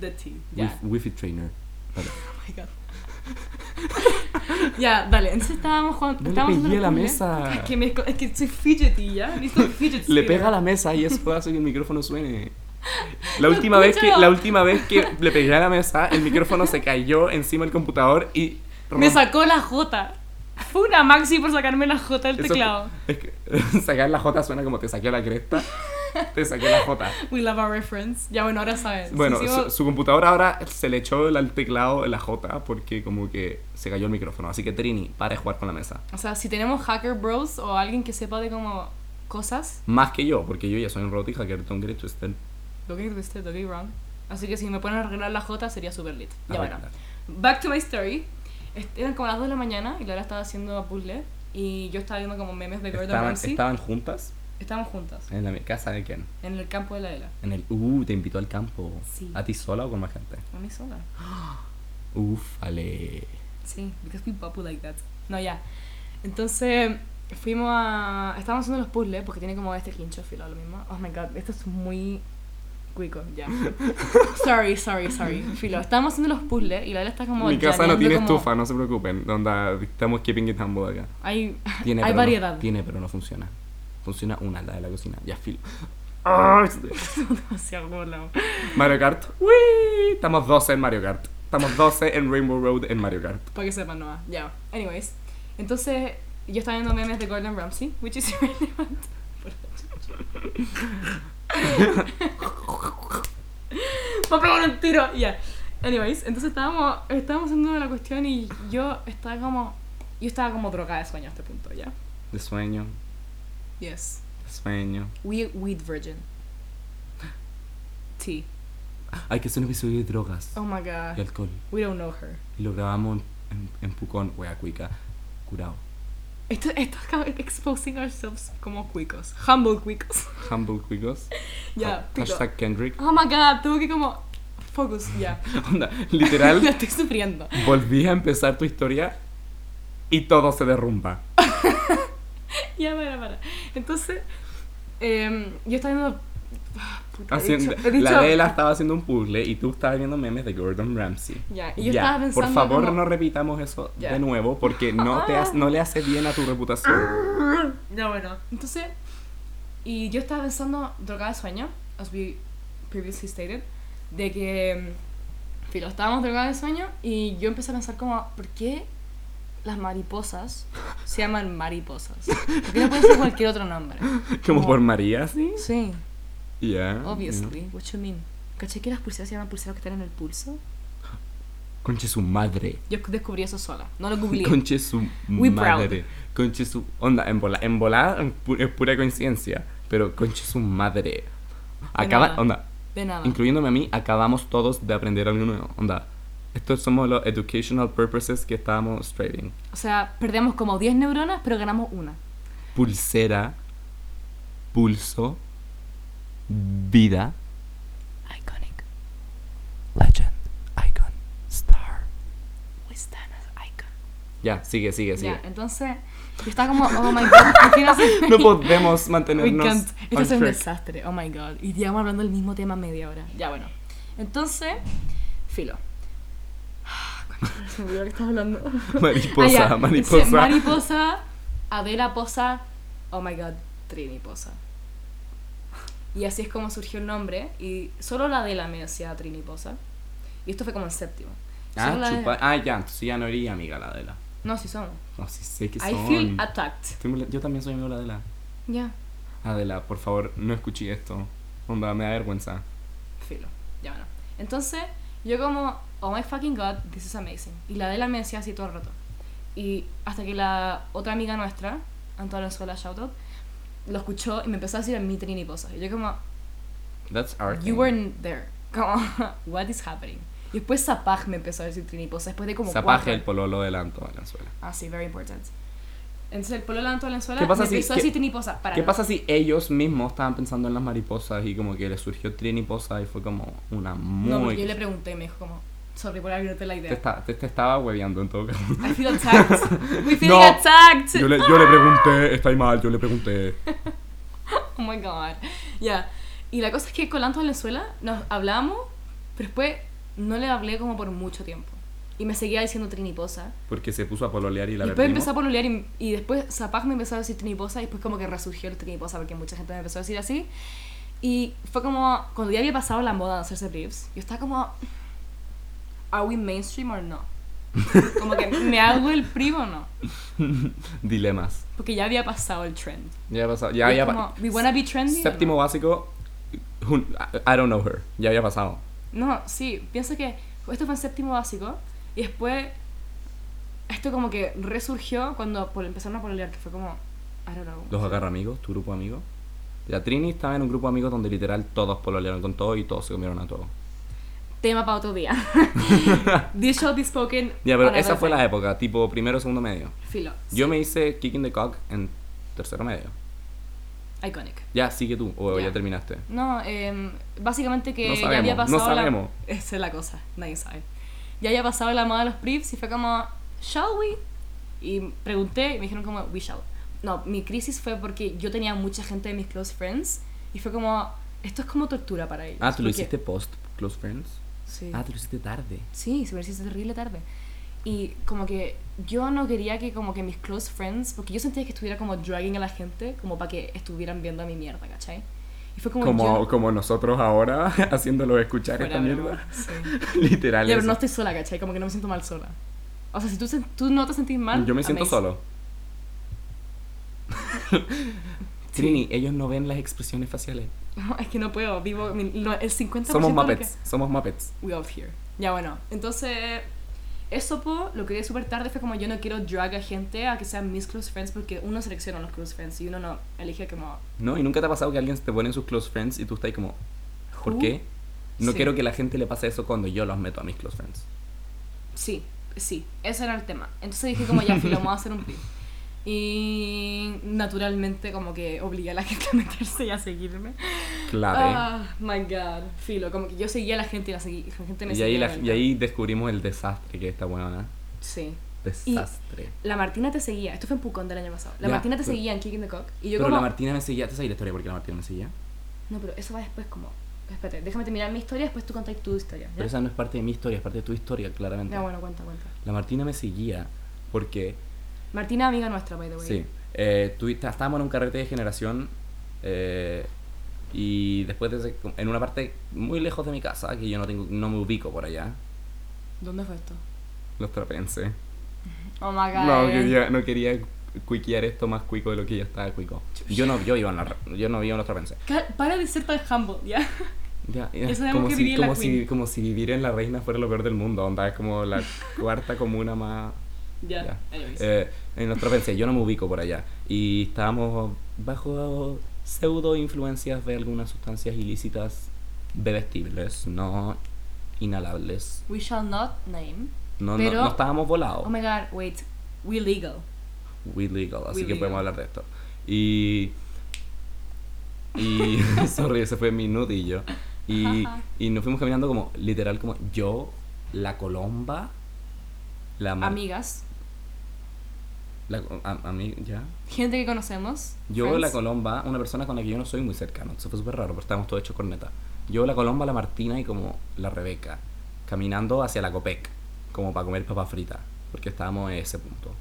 S1: The tea, ya.
S2: Wi- Wi-Fi Trainer. Vale.
S1: Oh my god. ya, dale, entonces estábamos jugando.
S2: No le
S1: estábamos
S2: pegué
S1: haciendo
S2: a la
S1: los puzzles.
S2: mesa.
S1: Es que, me, es que soy fidgety, ya. Necesito un fidget
S2: Le
S1: spinner.
S2: pega a la mesa y eso hace que el micrófono suene. La
S1: Lo
S2: última, vez que,
S1: escucho.
S2: la última vez que le pegué a la mesa, el micrófono se cayó encima del computador y...
S1: Me sacó la J. Fue una maxi por sacarme la J del
S2: Eso-
S1: teclado.
S2: es que- sacar la J suena como te saqué la cresta. Te saqué la J.
S1: We love our reference. Ya, bueno, ahora sabes.
S2: Bueno,
S1: Sí, sí,
S2: su, su computadora ahora se le echó el- al teclado la J porque como que se cayó el micrófono. Así que Trini, para de jugar con la mesa.
S1: O sea, si tenemos hacker bros o alguien que sepa de como cosas,
S2: Más que yo, porque yo ya soy un roto y hacker, don't get it twisted. Ah,
S1: lo que twisted, lo que wrong. Así que si me ponen a arreglar la J sería super lit. Ya bueno.
S2: Arreglar.
S1: Back to my story. Est- Eran como las 2 de la mañana y Laura estaba haciendo puzzle y yo estaba viendo como memes de Gordon
S2: Estaban,
S1: Ramsay.
S2: estaban juntas
S1: Estábamos juntas
S2: en la mi- casa de Ken.
S1: en el campo de la Adela.
S2: En el, uh, te invitó al campo.
S1: Sí.
S2: ¿A ti sola o con más gente?
S1: A mí sola.
S2: Uf, ale.
S1: Sí, because we bubble like that. No, ya. Entonces, fuimos a. Estábamos haciendo los puzzles porque tiene como este quincho filo, lo mismo. Oh my god, esto es muy. cuico, ya. sorry, sorry, sorry. Filo, estábamos haciendo los puzzles y la Lela está como.
S2: Mi casa no
S1: llaneando
S2: tiene
S1: como-
S2: estufa, no se preocupen. Onda, estamos keeping it humble acá.
S1: Hay,
S2: Tiene,
S1: hay
S2: pero no-
S1: variedad.
S2: tiene, pero no funciona. Funciona una, la de la cocina. Ya, filo. Ah,
S1: Demasiado volado.
S2: Mario Kart. Uy, Estamos 12 en Mario Kart. Estamos 12 en Rainbow Road en Mario Kart.
S1: Para que sepan nomás. Ya. Anyways. Entonces, yo estaba viendo memes de Gordon Ramsay, which is irrelevant. Va a pegar un tiro. Ya. Anyways, entonces estábamos, estábamos haciendo la cuestión y yo estaba como. Yo estaba como drogada de sueño a este punto, ¿ya?
S2: De sueño,
S1: Yes.
S2: de sueño.
S1: We, weed virgin. T.
S2: Hay que hacer un episodio de drogas
S1: Oh my
S2: y
S1: god.
S2: alcohol.
S1: We don't know her.
S2: Y lo grabamos en, en, en Pucón, wea cuica. Curado.
S1: Esto, esto acaba exposing ourselves como cuicos. Humble cuicos.
S2: Humble cuicos.
S1: Ya,
S2: Ha-
S1: pico.
S2: Hashtag Kendrick.
S1: Oh my god, tuve que como. Focus, ya.
S2: Onda, literal.
S1: La estoy sufriendo.
S2: Volví a empezar tu historia y todo se derrumba.
S1: Ya, para, para. Entonces, em, yo estaba viendo. Ah, puta, he
S2: Haciendo,
S1: dicho- he
S2: la
S1: dicho-
S2: Adela estaba haciendo un puzzle y tú estabas viendo memes de Gordon Ramsay.
S1: Ya, y yo estaba pensando.
S2: por favor
S1: como-
S2: no repitamos eso
S1: Ya. Ah.
S2: de nuevo porque no, te has- no le hace bien a tu reputación.
S1: Ya, bueno. Entonces, y yo estaba pensando, drogada de sueño, as we previously stated, de que. em, Filo, estábamos drogadas de sueño y yo empecé a pensar, como, ¿por qué las mariposas se llaman mariposas? ¿Por qué no puede ser cualquier otro nombre?
S2: Como
S1: No.
S2: por María, sí.
S1: Sí.
S2: Ya.
S1: Obviously, what you mean? ¿Caché que las pulseras se llaman pulseras que están en el pulso?
S2: Conche su madre.
S1: Yo descubrí eso sola, no lo googleé.
S2: Conche su
S1: We proud.
S2: madre. Conche su. Onda, en volada, en volada, es pu- es pura coincidencia. Pero conche su madre. Acaba.
S1: nada.
S2: Onda,
S1: De nada.
S2: incluyéndome a mí, acabamos todos de aprender algo nuevo. Onda, estos somos los educational purposes que estábamos trading.
S1: O sea, perdemos como 10 neuronas, pero ganamos una.
S2: Pulsera, pulso, vida,
S1: Iconic.
S2: legend, icon, star.
S1: We stand as icon.
S2: Ya, sigue, sigue, sigue.
S1: Ya, entonces, yo estaba como, oh my god, ¿por qué no se-
S2: No podemos
S1: We
S2: mantenernos.
S1: can't. Esto
S2: on
S1: es un
S2: track.
S1: desastre, oh my god. Y llevamos hablando del mismo tema media hora. Ya, bueno. Entonces, filo. Concha, Se me olvidó lo que estaba hablando.
S2: Mariposa,
S1: Ah, ya.
S2: mariposa.
S1: Sí, mariposa, Adela Posa, oh my god, Trini Posa. Y así es como surgió el nombre. Y solo la Adela me decía Trini Posa. Y esto fue como en séptimo.
S2: Ah,
S1: Solo la
S2: chupa.
S1: Adela-
S2: Ah, ya, entonces ya no eres amiga la Adela.
S1: No, sí somos.
S2: No, sí sé que
S1: I
S2: son.
S1: feel attacked.
S2: Estoy mola- Yo también soy amigo de la Adela.
S1: Ya,
S2: Adela, por favor, no escuché esto. Onda, me da vergüenza.
S1: filo. Ya bueno. Entonces, yo como, oh my fucking god, this is amazing. Y la Adela me decía así todo el rato. Y hasta que la otra amiga nuestra, Antonia Sola, shoutout, lo escuchó y me empezó a decir a mí Trini cosas. Y yo como,
S2: That's art.
S1: You weren't there. Como, what is happening? Y después Zapaj me empezó a decir triniposa, después de como
S2: Zapaje
S1: cuatro-
S2: el pololo de la Anto Valenzuela.
S1: Ah, sí, very important. Entonces el pololo de Anto Valenzuela
S2: ¿Qué pasa
S1: me
S2: si-
S1: empezó a
S2: qué-
S1: decir triniposa. Para
S2: ¿Qué
S1: no.
S2: pasa si ellos mismos estaban pensando en las mariposas y como que les surgió triniposa y fue como una muy...
S1: No, porque yo le pregunté y me dijo como, sorry por abrirte la
S2: te,
S1: idea.
S2: está- te- te estaba hueveando en todo caso.
S1: I feel attacked. We feel
S2: No.
S1: attacked.
S2: Yo le, yo le pregunté, está ahí mal, yo le pregunté.
S1: Oh my god. Ya. Y la cosa es que con Anto Valenzuela nos hablamos, pero después no le hablé como por mucho tiempo. Y me seguía diciendo ah. triniposa.
S2: Porque se puso a pololear y la
S1: Y después
S2: perdimos.
S1: empezó a pololear y, y después Zapag me empezó a decir triniposa y después como que resurgió el triniposa porque mucha gente me empezó a decir así. Y fue como, cuando ya había pasado la moda de hacerse briefs, yo estaba como, ¿are we mainstream or no? Como que, ¿me hago el primo o no?
S2: Dilemas.
S1: Porque ya había pasado el trend.
S2: Ya pasado.
S1: Y
S2: Ya,
S1: es
S2: ya
S1: como,
S2: pa-
S1: ¿we wanna be trendy? o no?
S2: Séptimo básico. who- I I don't know her. Ya había pasado.
S1: No, sí, pienso que esto fue en séptimo básico y después esto como que resurgió cuando pol- empezaron a pololear, que fue como, I don't know.
S2: Los agarra amigos, tu grupo amigo. La Trini estaba en un grupo de amigos donde literal todos pololearon con todo y todos se comieron a todos.
S1: Tema para otro día. This shall be spoken.
S2: Ya, pero
S1: on
S2: esa fue la
S1: another
S2: época, tipo primero, segundo medio.
S1: day. Filo.
S2: Yo me hice Kicking the Cock en tercero medio.
S1: Iconic.
S2: Ya, sigue tú, o
S1: Ya.
S2: ya terminaste.
S1: No, em, básicamente que
S2: No
S1: ya había
S2: sabemos, no
S1: pasado. la-
S2: sabemos.
S1: Esa es la cosa, nadie sabe. Ya había pasado la moda de los prips y fue como, ¿shall we? Y pregunté y me dijeron como, we shall. No, mi crisis fue porque yo tenía mucha gente de mis close friends y fue como, esto es como tortura para ellos.
S2: Ah, ¿tú lo
S1: porque-
S2: hiciste post Close Friends?
S1: Sí.
S2: Ah, tú lo hiciste tarde.
S1: Sí, se me hizo terrible tarde. Y como que yo no quería que como que mis close friends, porque yo sentía que estuviera como dragging a la gente, como para que estuvieran viendo a mi mierda, ¿cachai? Y fue como... yo-
S2: Como, como nosotros ahora, haciéndolo escuchar
S1: Fuera
S2: esta
S1: broma,
S2: mierda.
S1: sí.
S2: Literal.
S1: Ya, pero
S2: eso.
S1: no estoy sola, ¿cachai? Como que no me siento mal sola. O sea, si tú, sen- tú no te sentís mal...
S2: Yo me siento
S1: amazing.
S2: solo. Trini, ellos no ven las expresiones faciales.
S1: No, es que no puedo, vivo... mi- lo- el 50%
S2: Somos
S1: de lo que-
S2: Muppets, somos Muppets.
S1: We out here. Ya, bueno. Entonces, eso po, lo que quería súper tarde fue como yo no quiero drag a gente a que sean mis close friends porque uno selecciona los close friends y uno no elige como...
S2: No, y nunca te ha pasado que alguien te pone en sus close friends y tú estás ahí como, ¿por
S1: Who?
S2: qué? No
S1: Sí.
S2: quiero que la gente le pase eso cuando yo los meto a mis close friends.
S1: Sí, sí, ese era el tema. Entonces dije como ya, filo, vamos a hacer un clip. Y naturalmente como que obligué a la gente a meterse y a seguirme.
S2: Clave.
S1: Ah, my god, filo, como que yo seguía a la gente y la, seguí- la gente me
S2: y,
S1: seguía.
S2: ahí la-
S1: de
S2: y
S1: vuelta.
S2: ahí descubrimos el desastre que es esta buena.
S1: Sí.
S2: Desastre.
S1: La Martina te seguía, esto fue en Pucón del año pasado. La
S2: Ya,
S1: Martina te
S2: pero-
S1: seguía en Kicking the Cock. Y yo
S2: Pero
S1: como...
S2: la Martina me seguía, te sabes la historia porque la Martina me seguía.
S1: No, pero eso va después como... Espérate, déjame terminar mi historia, después tú contáis tu historia. ¿ya?
S2: Pero esa no es parte de mi historia, es parte de tu historia, claramente.
S1: Ya, bueno, cuenta, cuenta.
S2: La Martina me seguía porque
S1: Martina, amiga nuestra, by the way.
S2: Sí. Eh, tuvi- ta- estábamos en un carrete de generación eh, y después de ese- en una parte muy lejos de mi casa, que yo no tengo no me ubico por allá,
S1: ¿Dónde fue esto?
S2: los trapense.
S1: Oh my god.
S2: No quería, no quería cuiquear esto más cuico de lo que ya estaba cuico. Yo no, yo iba en la re- yo no vivo en los trapense.
S1: Cal- Para de ser tan humble, ¿ya?
S2: Ya, ya,
S1: Ya sabemos
S2: como,
S1: que viví
S2: si,
S1: en la
S2: como, si,
S1: Queen.
S2: como si vivir en la reina fuera lo peor del mundo, onda, es como la cuarta comuna más
S1: Ya,
S2: Ya.
S1: anyways.
S2: Eh, en nuestra pensé, yo no me ubico por allá. Y estábamos bajo pseudo influencias de algunas sustancias ilícitas bebestibles, no inhalables.
S1: We shall not name.
S2: No, no-
S1: Pero-
S2: no estábamos volados.
S1: Oh my god, wait. We legal.
S2: We legal, así
S1: We
S2: que
S1: legal.
S2: podemos hablar de esto. Y. Y. sorry, ese fue mi nudillo. Y,
S1: Ajá.
S2: y nos fuimos caminando como, literal, como yo, la Colomba, la. Mar-
S1: Amigas.
S2: la- a- a mí, ya.
S1: Gente que conocemos.
S2: Yo,
S1: friends.
S2: la Colomba, una persona con la que yo no soy muy cercano, eso fue súper raro, pero estábamos todos hechos corneta. Yo, la Colomba, la Martina y como la Rebeca, caminando hacia la Copec, como para comer papas fritas, porque estábamos en ese punto.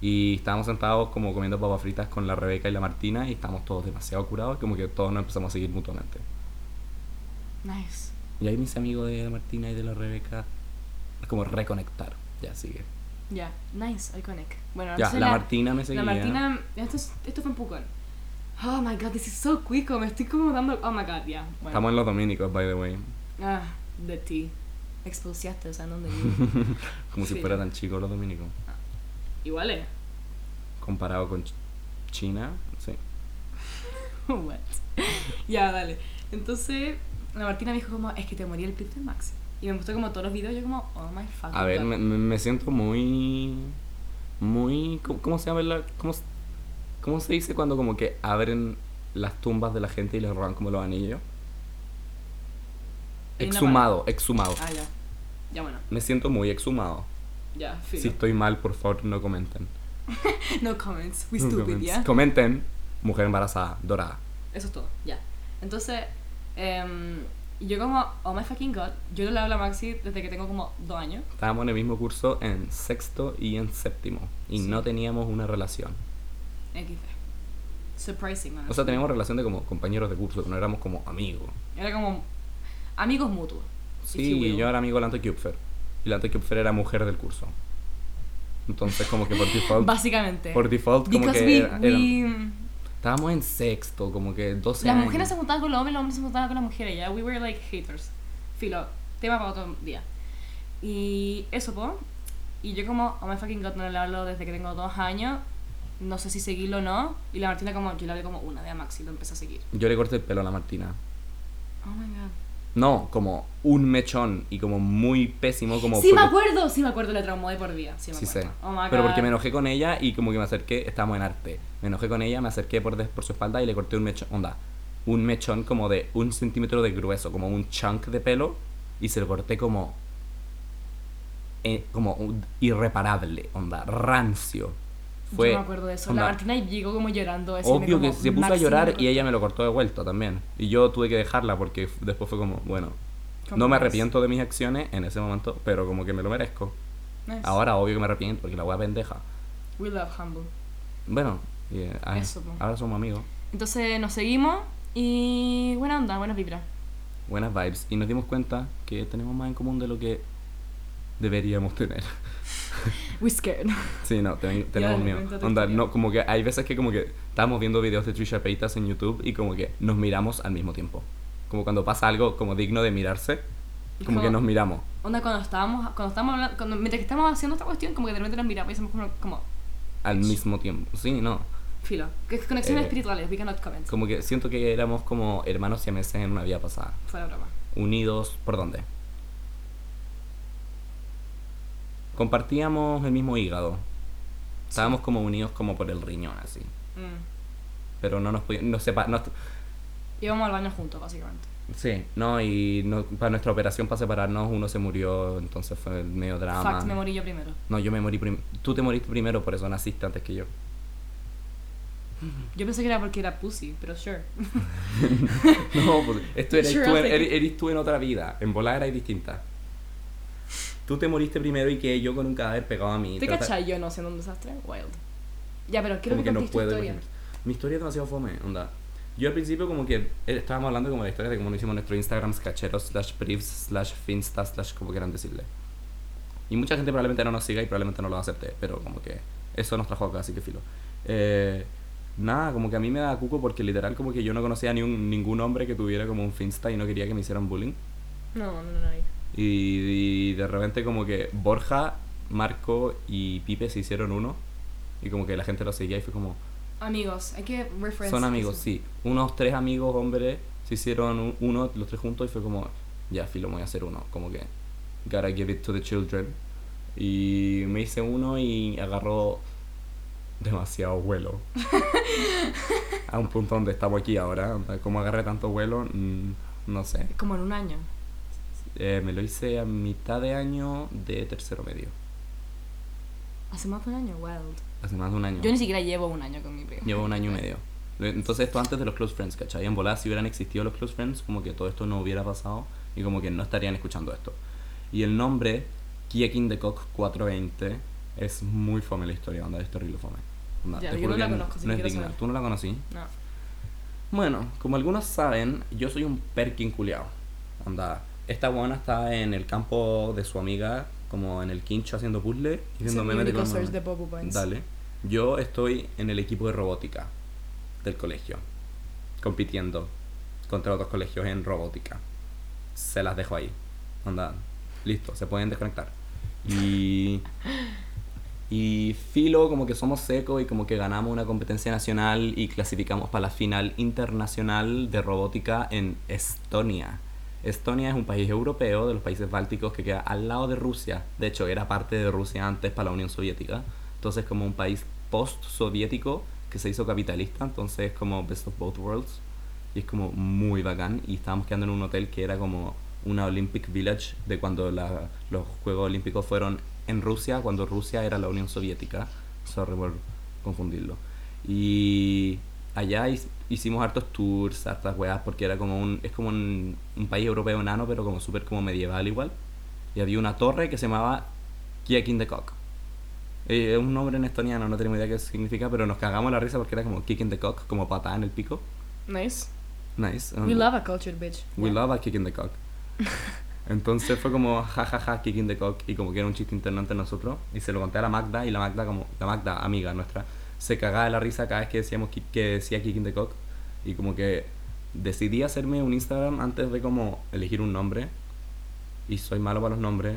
S2: Y estábamos sentados como comiendo papas fritas con la Rebeca y la Martina y estábamos todos demasiado curados, como que todos nos empezamos a seguir mutuamente.
S1: Nice.
S2: Y ahí mis amigos de la Martina y de la Rebeca, como reconectar, ya sigue.
S1: Ya, nice, iconic. Bueno,
S2: Ya,
S1: entonces
S2: la Martina me
S1: Ah, La
S2: seguía.
S1: Martina, esto, es- esto fue en Pucón. Oh my god, this is so quick. Me estoy como dando. Oh my god, ya. Bueno.
S2: Estamos en los dominicos, by the way.
S1: Ah, de ti. Expulsaste, o sea, no de mí.
S2: Como si
S1: Sí.
S2: fuera tan chico los dominicos.
S1: Igual eh. es.
S2: Comparado con Ch- China, sí.
S1: What? ya, dale. Entonces, la Martina me dijo como, es que te morí el clip de Max. Y me mostró como todos los videos, yo como, oh my fuck.
S2: A ver, me, me- me siento muy. Muy. ¿Cómo, cómo se llama la.? Cómo, se- cómo se dice cuando como que abren las tumbas de la gente y les roban como los anillos?
S1: Hay una
S2: Exhumado, exhumado.
S1: Ah, ya. Ya, bueno.
S2: Me siento muy exhumado.
S1: Ya, filo.
S2: Si estoy mal, por favor, no comenten.
S1: No comments. We
S2: No
S1: stupid,
S2: comments.
S1: ya.
S2: Comenten, mujer embarazada, dorada.
S1: Eso es todo, ya. Entonces, em, yo como, oh my fucking god, yo le hablo a Maxi desde que tengo como dos años.
S2: Estábamos en el mismo curso en sexto y en séptimo. Y
S1: Sí.
S2: no teníamos una relación.
S1: XD. Surprising,
S2: O sea,
S1: honestly.
S2: teníamos relación de como compañeros de curso, no éramos como amigos.
S1: Era como amigos mutuos. if you
S2: Sí,
S1: will.
S2: yo era amigo de Lanto Kupfer. Y Lanto Kupfer era mujer del curso. Entonces, como que por default.
S1: Básicamente.
S2: por default, como
S1: Because
S2: que.
S1: we,
S2: era- era-
S1: we-
S2: estábamos en sexto, como que 12
S1: Las
S2: años.
S1: mujeres se juntaban con los hombres, los hombres se juntaban con las mujeres, ya. We were like haters. Filo, tema para otro día. Y eso, po. Y yo como, oh my fucking god, no le hablo desde que tengo dos años. No sé si seguirlo o no. Y la Martina como, yo le hablé como una de a Maxi, lo empecé a seguir.
S2: Yo le corté el pelo a la Martina.
S1: Oh my god.
S2: No, como un mechón y como muy pésimo. Como
S1: sí me
S2: porque-
S1: acuerdo, sí me acuerdo, le traumó de por vida. Sí me
S2: Sí
S1: acuerdo.
S2: sé.
S1: Oh my
S2: Pero
S1: god.
S2: porque me enojé con ella y como que me acerqué, estábamos en arte. Me enojé con ella, me acerqué por, des- por su espalda y le corté un mechón. Onda, un mechón como de un centímetro de grueso, como un chunk de pelo. Y se lo corté como. eh, como un- irreparable, onda, rancio. Fue.
S1: Yo me acuerdo de eso.
S2: onda,
S1: La Martina llegó como llorando. a decirme
S2: Obvio que
S1: como,
S2: se puso a
S1: "Maxi,
S2: llorar
S1: me
S2: y ella me lo cortó de vuelta también. Y yo tuve que dejarla porque f- después fue como, bueno,
S1: cortó".
S2: no me arrepiento de mis acciones en ese momento, pero como que me lo merezco.
S1: Nice.
S2: Ahora obvio que me arrepiento porque la wea pendeja.
S1: We love humble.
S2: Bueno, y, eh, ah,
S1: Eso, po.
S2: ahora somos amigos.
S1: Entonces nos seguimos y buena onda, buenas vibras.
S2: Buenas vibes. Y nos dimos cuenta que tenemos más en común de lo que deberíamos tener.
S1: We scared.
S2: Sí, no, te- tenemos
S1: dale,
S2: miedo.
S1: cuenta tu
S2: Onda,
S1: historia.
S2: no, como que hay veces que como que estábamos viendo videos de Trisha Paytas en YouTube y como que nos miramos al mismo tiempo. Como cuando pasa algo como digno de mirarse,
S1: Es
S2: como que
S1: como-
S2: nos miramos.
S1: Onda cuando estábamos, cuando estábamos hablando, cuando, mientras que estábamos haciendo esta cuestión, como que de repente nos miramos y hacemos como, como
S2: Al mismo tiempo. Sí, no.
S1: filo. Que es conexiones
S2: Eh,
S1: espirituales, we cannot comment.
S2: Como que siento que éramos como hermanos siameses en una vida pasada.
S1: Fuera broma.
S2: Unidos, ¿por dónde? Compartíamos el mismo hígado. Estábamos como unidos como por el riñón, así.
S1: Mm.
S2: Pero no nos podíamos... No sepa, no,
S1: Íbamos al baño juntos, básicamente.
S2: sí, no, y no- para nuestra operación, para separarnos, uno se murió, entonces fue medio drama.
S1: Fact, me morí yo primero.
S2: No, yo me morí primero. Tú te moriste primero, por eso naciste antes que yo.
S1: Yo pensé que era porque era pussy, pero sure.
S2: No, pues esto eres,
S1: Sure,
S2: tú,
S1: I think-
S2: eres- eres tú en otra vida. En volar eres distinta. Tú te moriste primero y quedé yo con un cadáver pegado a mí.
S1: ¿Te
S2: Trata-
S1: cachai yo no siendo un desastre? Wild. Ya, pero quiero
S2: Como
S1: que
S2: que no
S1: contéis tu
S2: puedo.
S1: historia.
S2: imaginar. Mi historia es demasiado fome, onda. Yo al principio como que eh, estábamos hablando como de la historia de cómo nos hicimos nuestro Instagram cacheros slash briefs slash finsta slash como quieran decirle. Y mucha gente probablemente no nos siga y probablemente no lo acepte, pero como que eso nos trajo acá, así que filo. Eh, nada, como que a mí me da cuco porque literal como que yo no conocía ni un- ningún hombre que tuviera como un finsta y no quería que me hicieran bullying.
S1: No, no, no, no. ahí.
S2: Y, y de repente como que Borja, Marco y Pipe se hicieron uno y como que la gente lo seguía y fue como,
S1: Amigos, hay que reference.
S2: son amigos, sí. Unos tres amigos, hombres, se hicieron un- uno, los tres juntos, y fue como, ya, filo, me voy a hacer uno. Como que, gotta give it to the children. Y me hice uno y agarró demasiado vuelo. a un punto donde estamos aquí ahora. Como agarré tanto vuelo, Mm, no sé.
S1: Como en un año.
S2: Eh, me lo hice a mitad de año de tercero medio.
S1: Hace más de un año, wild.
S2: Hace más de un año.
S1: Yo ni siquiera llevo un año con mi primo.
S2: Llevo un año y medio. Entonces esto antes de los Close Friends, ¿cachai? En volada si hubieran existido los Close Friends, como que todo esto no hubiera pasado y como que no estarían escuchando esto. Y el nombre, Kieking the Cock 420, es muy fome la historia, onda, es terrible fome. Onda,
S1: Ya,
S2: te
S1: yo
S2: juro
S1: no la
S2: que
S1: conozco, así
S2: no
S1: que
S2: es
S1: quiero
S2: digna.
S1: saber.
S2: ¿Tú no la conocí?
S1: No.
S2: Bueno, como algunos saben, yo soy un perkin culiao. Onda, esta buena está en el campo de su amiga, como en el quincho haciendo puzzle y
S1: Es
S2: viendo
S1: el
S2: memes de
S1: único
S2: Conan.
S1: search de Popo Points.
S2: Dale. Yo estoy en el equipo de robótica. del colegio, compitiendo contra otros colegios en robótica. Se las dejo ahí. Onda, listo, se pueden desconectar. Y. Y filo, como que somos seco y como que ganamos una competencia nacional y clasificamos para la final internacional de robótica en Estonia. Estonia es un país europeo de los países bálticos que queda al lado de Rusia. De hecho, era parte de Rusia antes para la Unión Soviética. Entonces, como un país post-soviético que se hizo capitalista. Entonces, como best of both worlds. Y es como muy bacán. Y estábamos quedando en un hotel que era como una Olympic Village de cuando la- los Juegos Olímpicos fueron en Rusia, cuando Rusia era la Unión Soviética. Sorry por confundirlo. Y allá his- hicimos hartos tours, hartas weas, porque era como un, es como un, un país europeo enano, pero como súper como medieval igual. Y había una torre que se llamaba Kiekin the Cock. Eh, Es un nombre en estoniano, no tenemos idea qué significa, pero nos cagamos la risa porque era como Kicking the Cock, como patada en el pico.
S1: Nice.
S2: Nice.
S1: We love a cultured bitch.
S2: Um, We love a kick in the cock. Entonces fue como jajaja, ja, ja, kick in the cock. Y como que era un chiste interno entre nosotros. Y se lo conté a la Magda. Y la Magda, como la Magda, amiga nuestra, se cagaba de la risa cada vez que decíamos ki- que decía kick in the cock. Y como que decidí hacerme un Instagram antes de como elegir un nombre. Y soy malo para los nombres.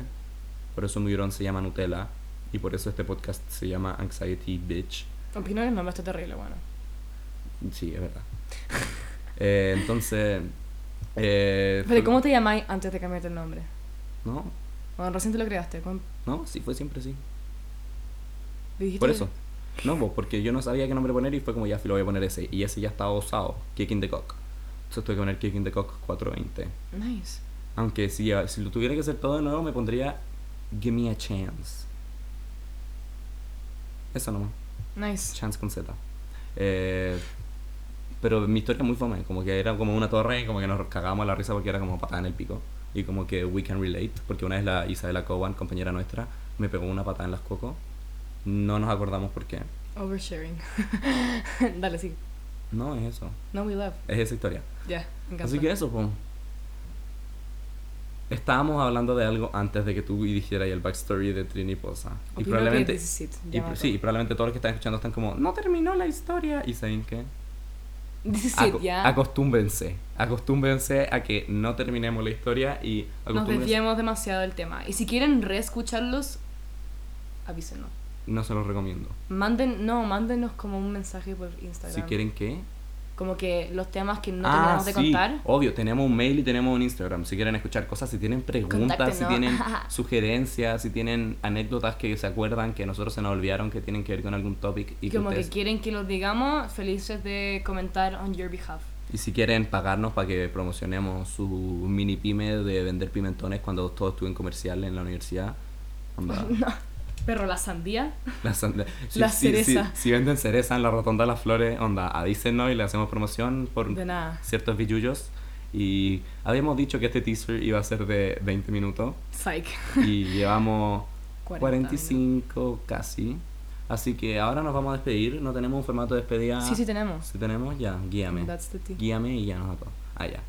S2: Por eso mi dron se llama Nutella. Y por eso este podcast se llama Anxiety Bitch.
S1: Opino que el nombre está terrible, bueno.
S2: Sí, es verdad. Eh, entonces. eh,
S1: Pero
S2: fue-
S1: ¿cómo te llamáis antes de cambiarte el nombre?
S2: No,
S1: Bueno, recién te lo creaste. ¿cuán-
S2: No, sí, fue siempre así.
S1: dijiste
S2: Por
S1: que-
S2: eso. No, pues, porque yo no sabía qué nombre poner y fue como ya lo voy a poner ese. Y ese ya estaba usado, Kick in the Cock. Entonces tuve que poner Kick in the Cock 420.
S1: Nice.
S2: Aunque si, ah, si lo tuviera que hacer todo de nuevo, me pondría Give me a chance. Eso nomás.
S1: Nice.
S2: Chance con Z. Eh, pero mi historia es muy fome, como que era como una torre y como que nos cagábamos a la risa porque era como patada en el pico. Y como que we can relate, porque una vez la Isabela Cowan, compañera nuestra, me pegó una patada en las cocos. No nos acordamos por qué.
S1: Oversharing. Dale, sí.
S2: No, es eso.
S1: No, we love.
S2: Es esa historia.
S1: Ya, me encanta.
S2: Así que eso, pues. Estábamos hablando de algo antes de que tú dijeras el backstory de Trini Poza. Y
S1: Opino que
S2: probablemente.
S1: this is it,
S2: y
S1: ya pues.
S2: pr-
S1: me
S2: sí, y
S1: acuerdo.
S2: probablemente todos los que están escuchando están como, no terminó la historia. Y saben qué.
S1: This is
S2: Aco-
S1: it, ya.
S2: Acostúmbrense. Acostúmbrense a que no terminemos la historia y
S1: Nos
S2: acostúmbrense.
S1: desviamos demasiado del tema. Y si quieren reescucharlos, avísenos.
S2: No se los recomiendo.
S1: Manden, no, mándenos como un mensaje por Instagram.
S2: Si quieren que.
S1: Como que los temas que no
S2: Ah,
S1: terminamos de
S2: sí,
S1: contar.
S2: Obvio, tenemos un mail y tenemos un Instagram. Si quieren escuchar cosas, si tienen preguntas, si
S1: Contáctenos.
S2: tienen sugerencias, si tienen anécdotas que se acuerdan que nosotros se nos olvidaron que tienen que ver con algún topic y
S1: Y
S2: que
S1: como que
S2: ustedes-
S1: quieren que los digamos, felices de comentar on your behalf.
S2: Y si quieren pagarnos para que promocionemos su mini pyme de vender pimentones cuando todo estuve en comercial en la universidad. onda.
S1: Perro, la sandía.
S2: La, sand- si,
S1: La
S2: si- si-
S1: cereza.
S2: Si, venden cereza en la rotonda de las flores, onda, avísenos y le hacemos promoción por
S1: De nada.
S2: ciertos billullos. Y habíamos dicho que este teaser iba a ser de 20 minutos
S1: Psych.
S2: y llevamos
S1: 40 minutos.
S2: 45 casi. Así que ahora nos vamos a despedir. No tenemos un formato de despedida.
S1: Sí, sí tenemos.
S2: Si tenemos, ya, guíame.
S1: That's the tea.
S2: Guíame y ya nos ató. Ah, ya.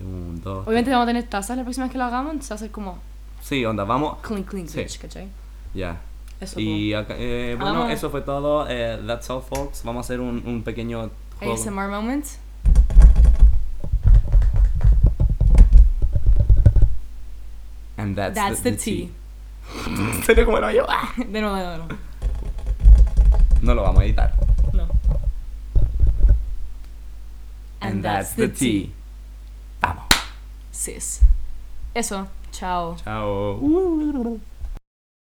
S2: Un, dos.
S1: Obviamente
S2: tres.
S1: vamos a tener tazas la próxima vez que lo hagamos, entonces va a ser como
S2: Sí, onda, vamos.
S1: clink clink
S2: Sí.
S1: bitch, ¿cachai?
S2: Ya.
S1: Eso.
S2: Y acá- eh, bueno,
S1: Vamos.
S2: eso fue todo. eh, that's all, folks. Vamos a hacer un, un pequeño
S1: po.
S2: juego.
S1: ASMR moment.
S2: And that's,
S1: That's the tea.
S2: Sería como no yo. ah.
S1: De nuevo, de nuevo. de nuevo.
S2: No lo vamos a editar.
S1: No.
S2: Vamos.
S1: Sis. Eso. Chao.
S2: Chao.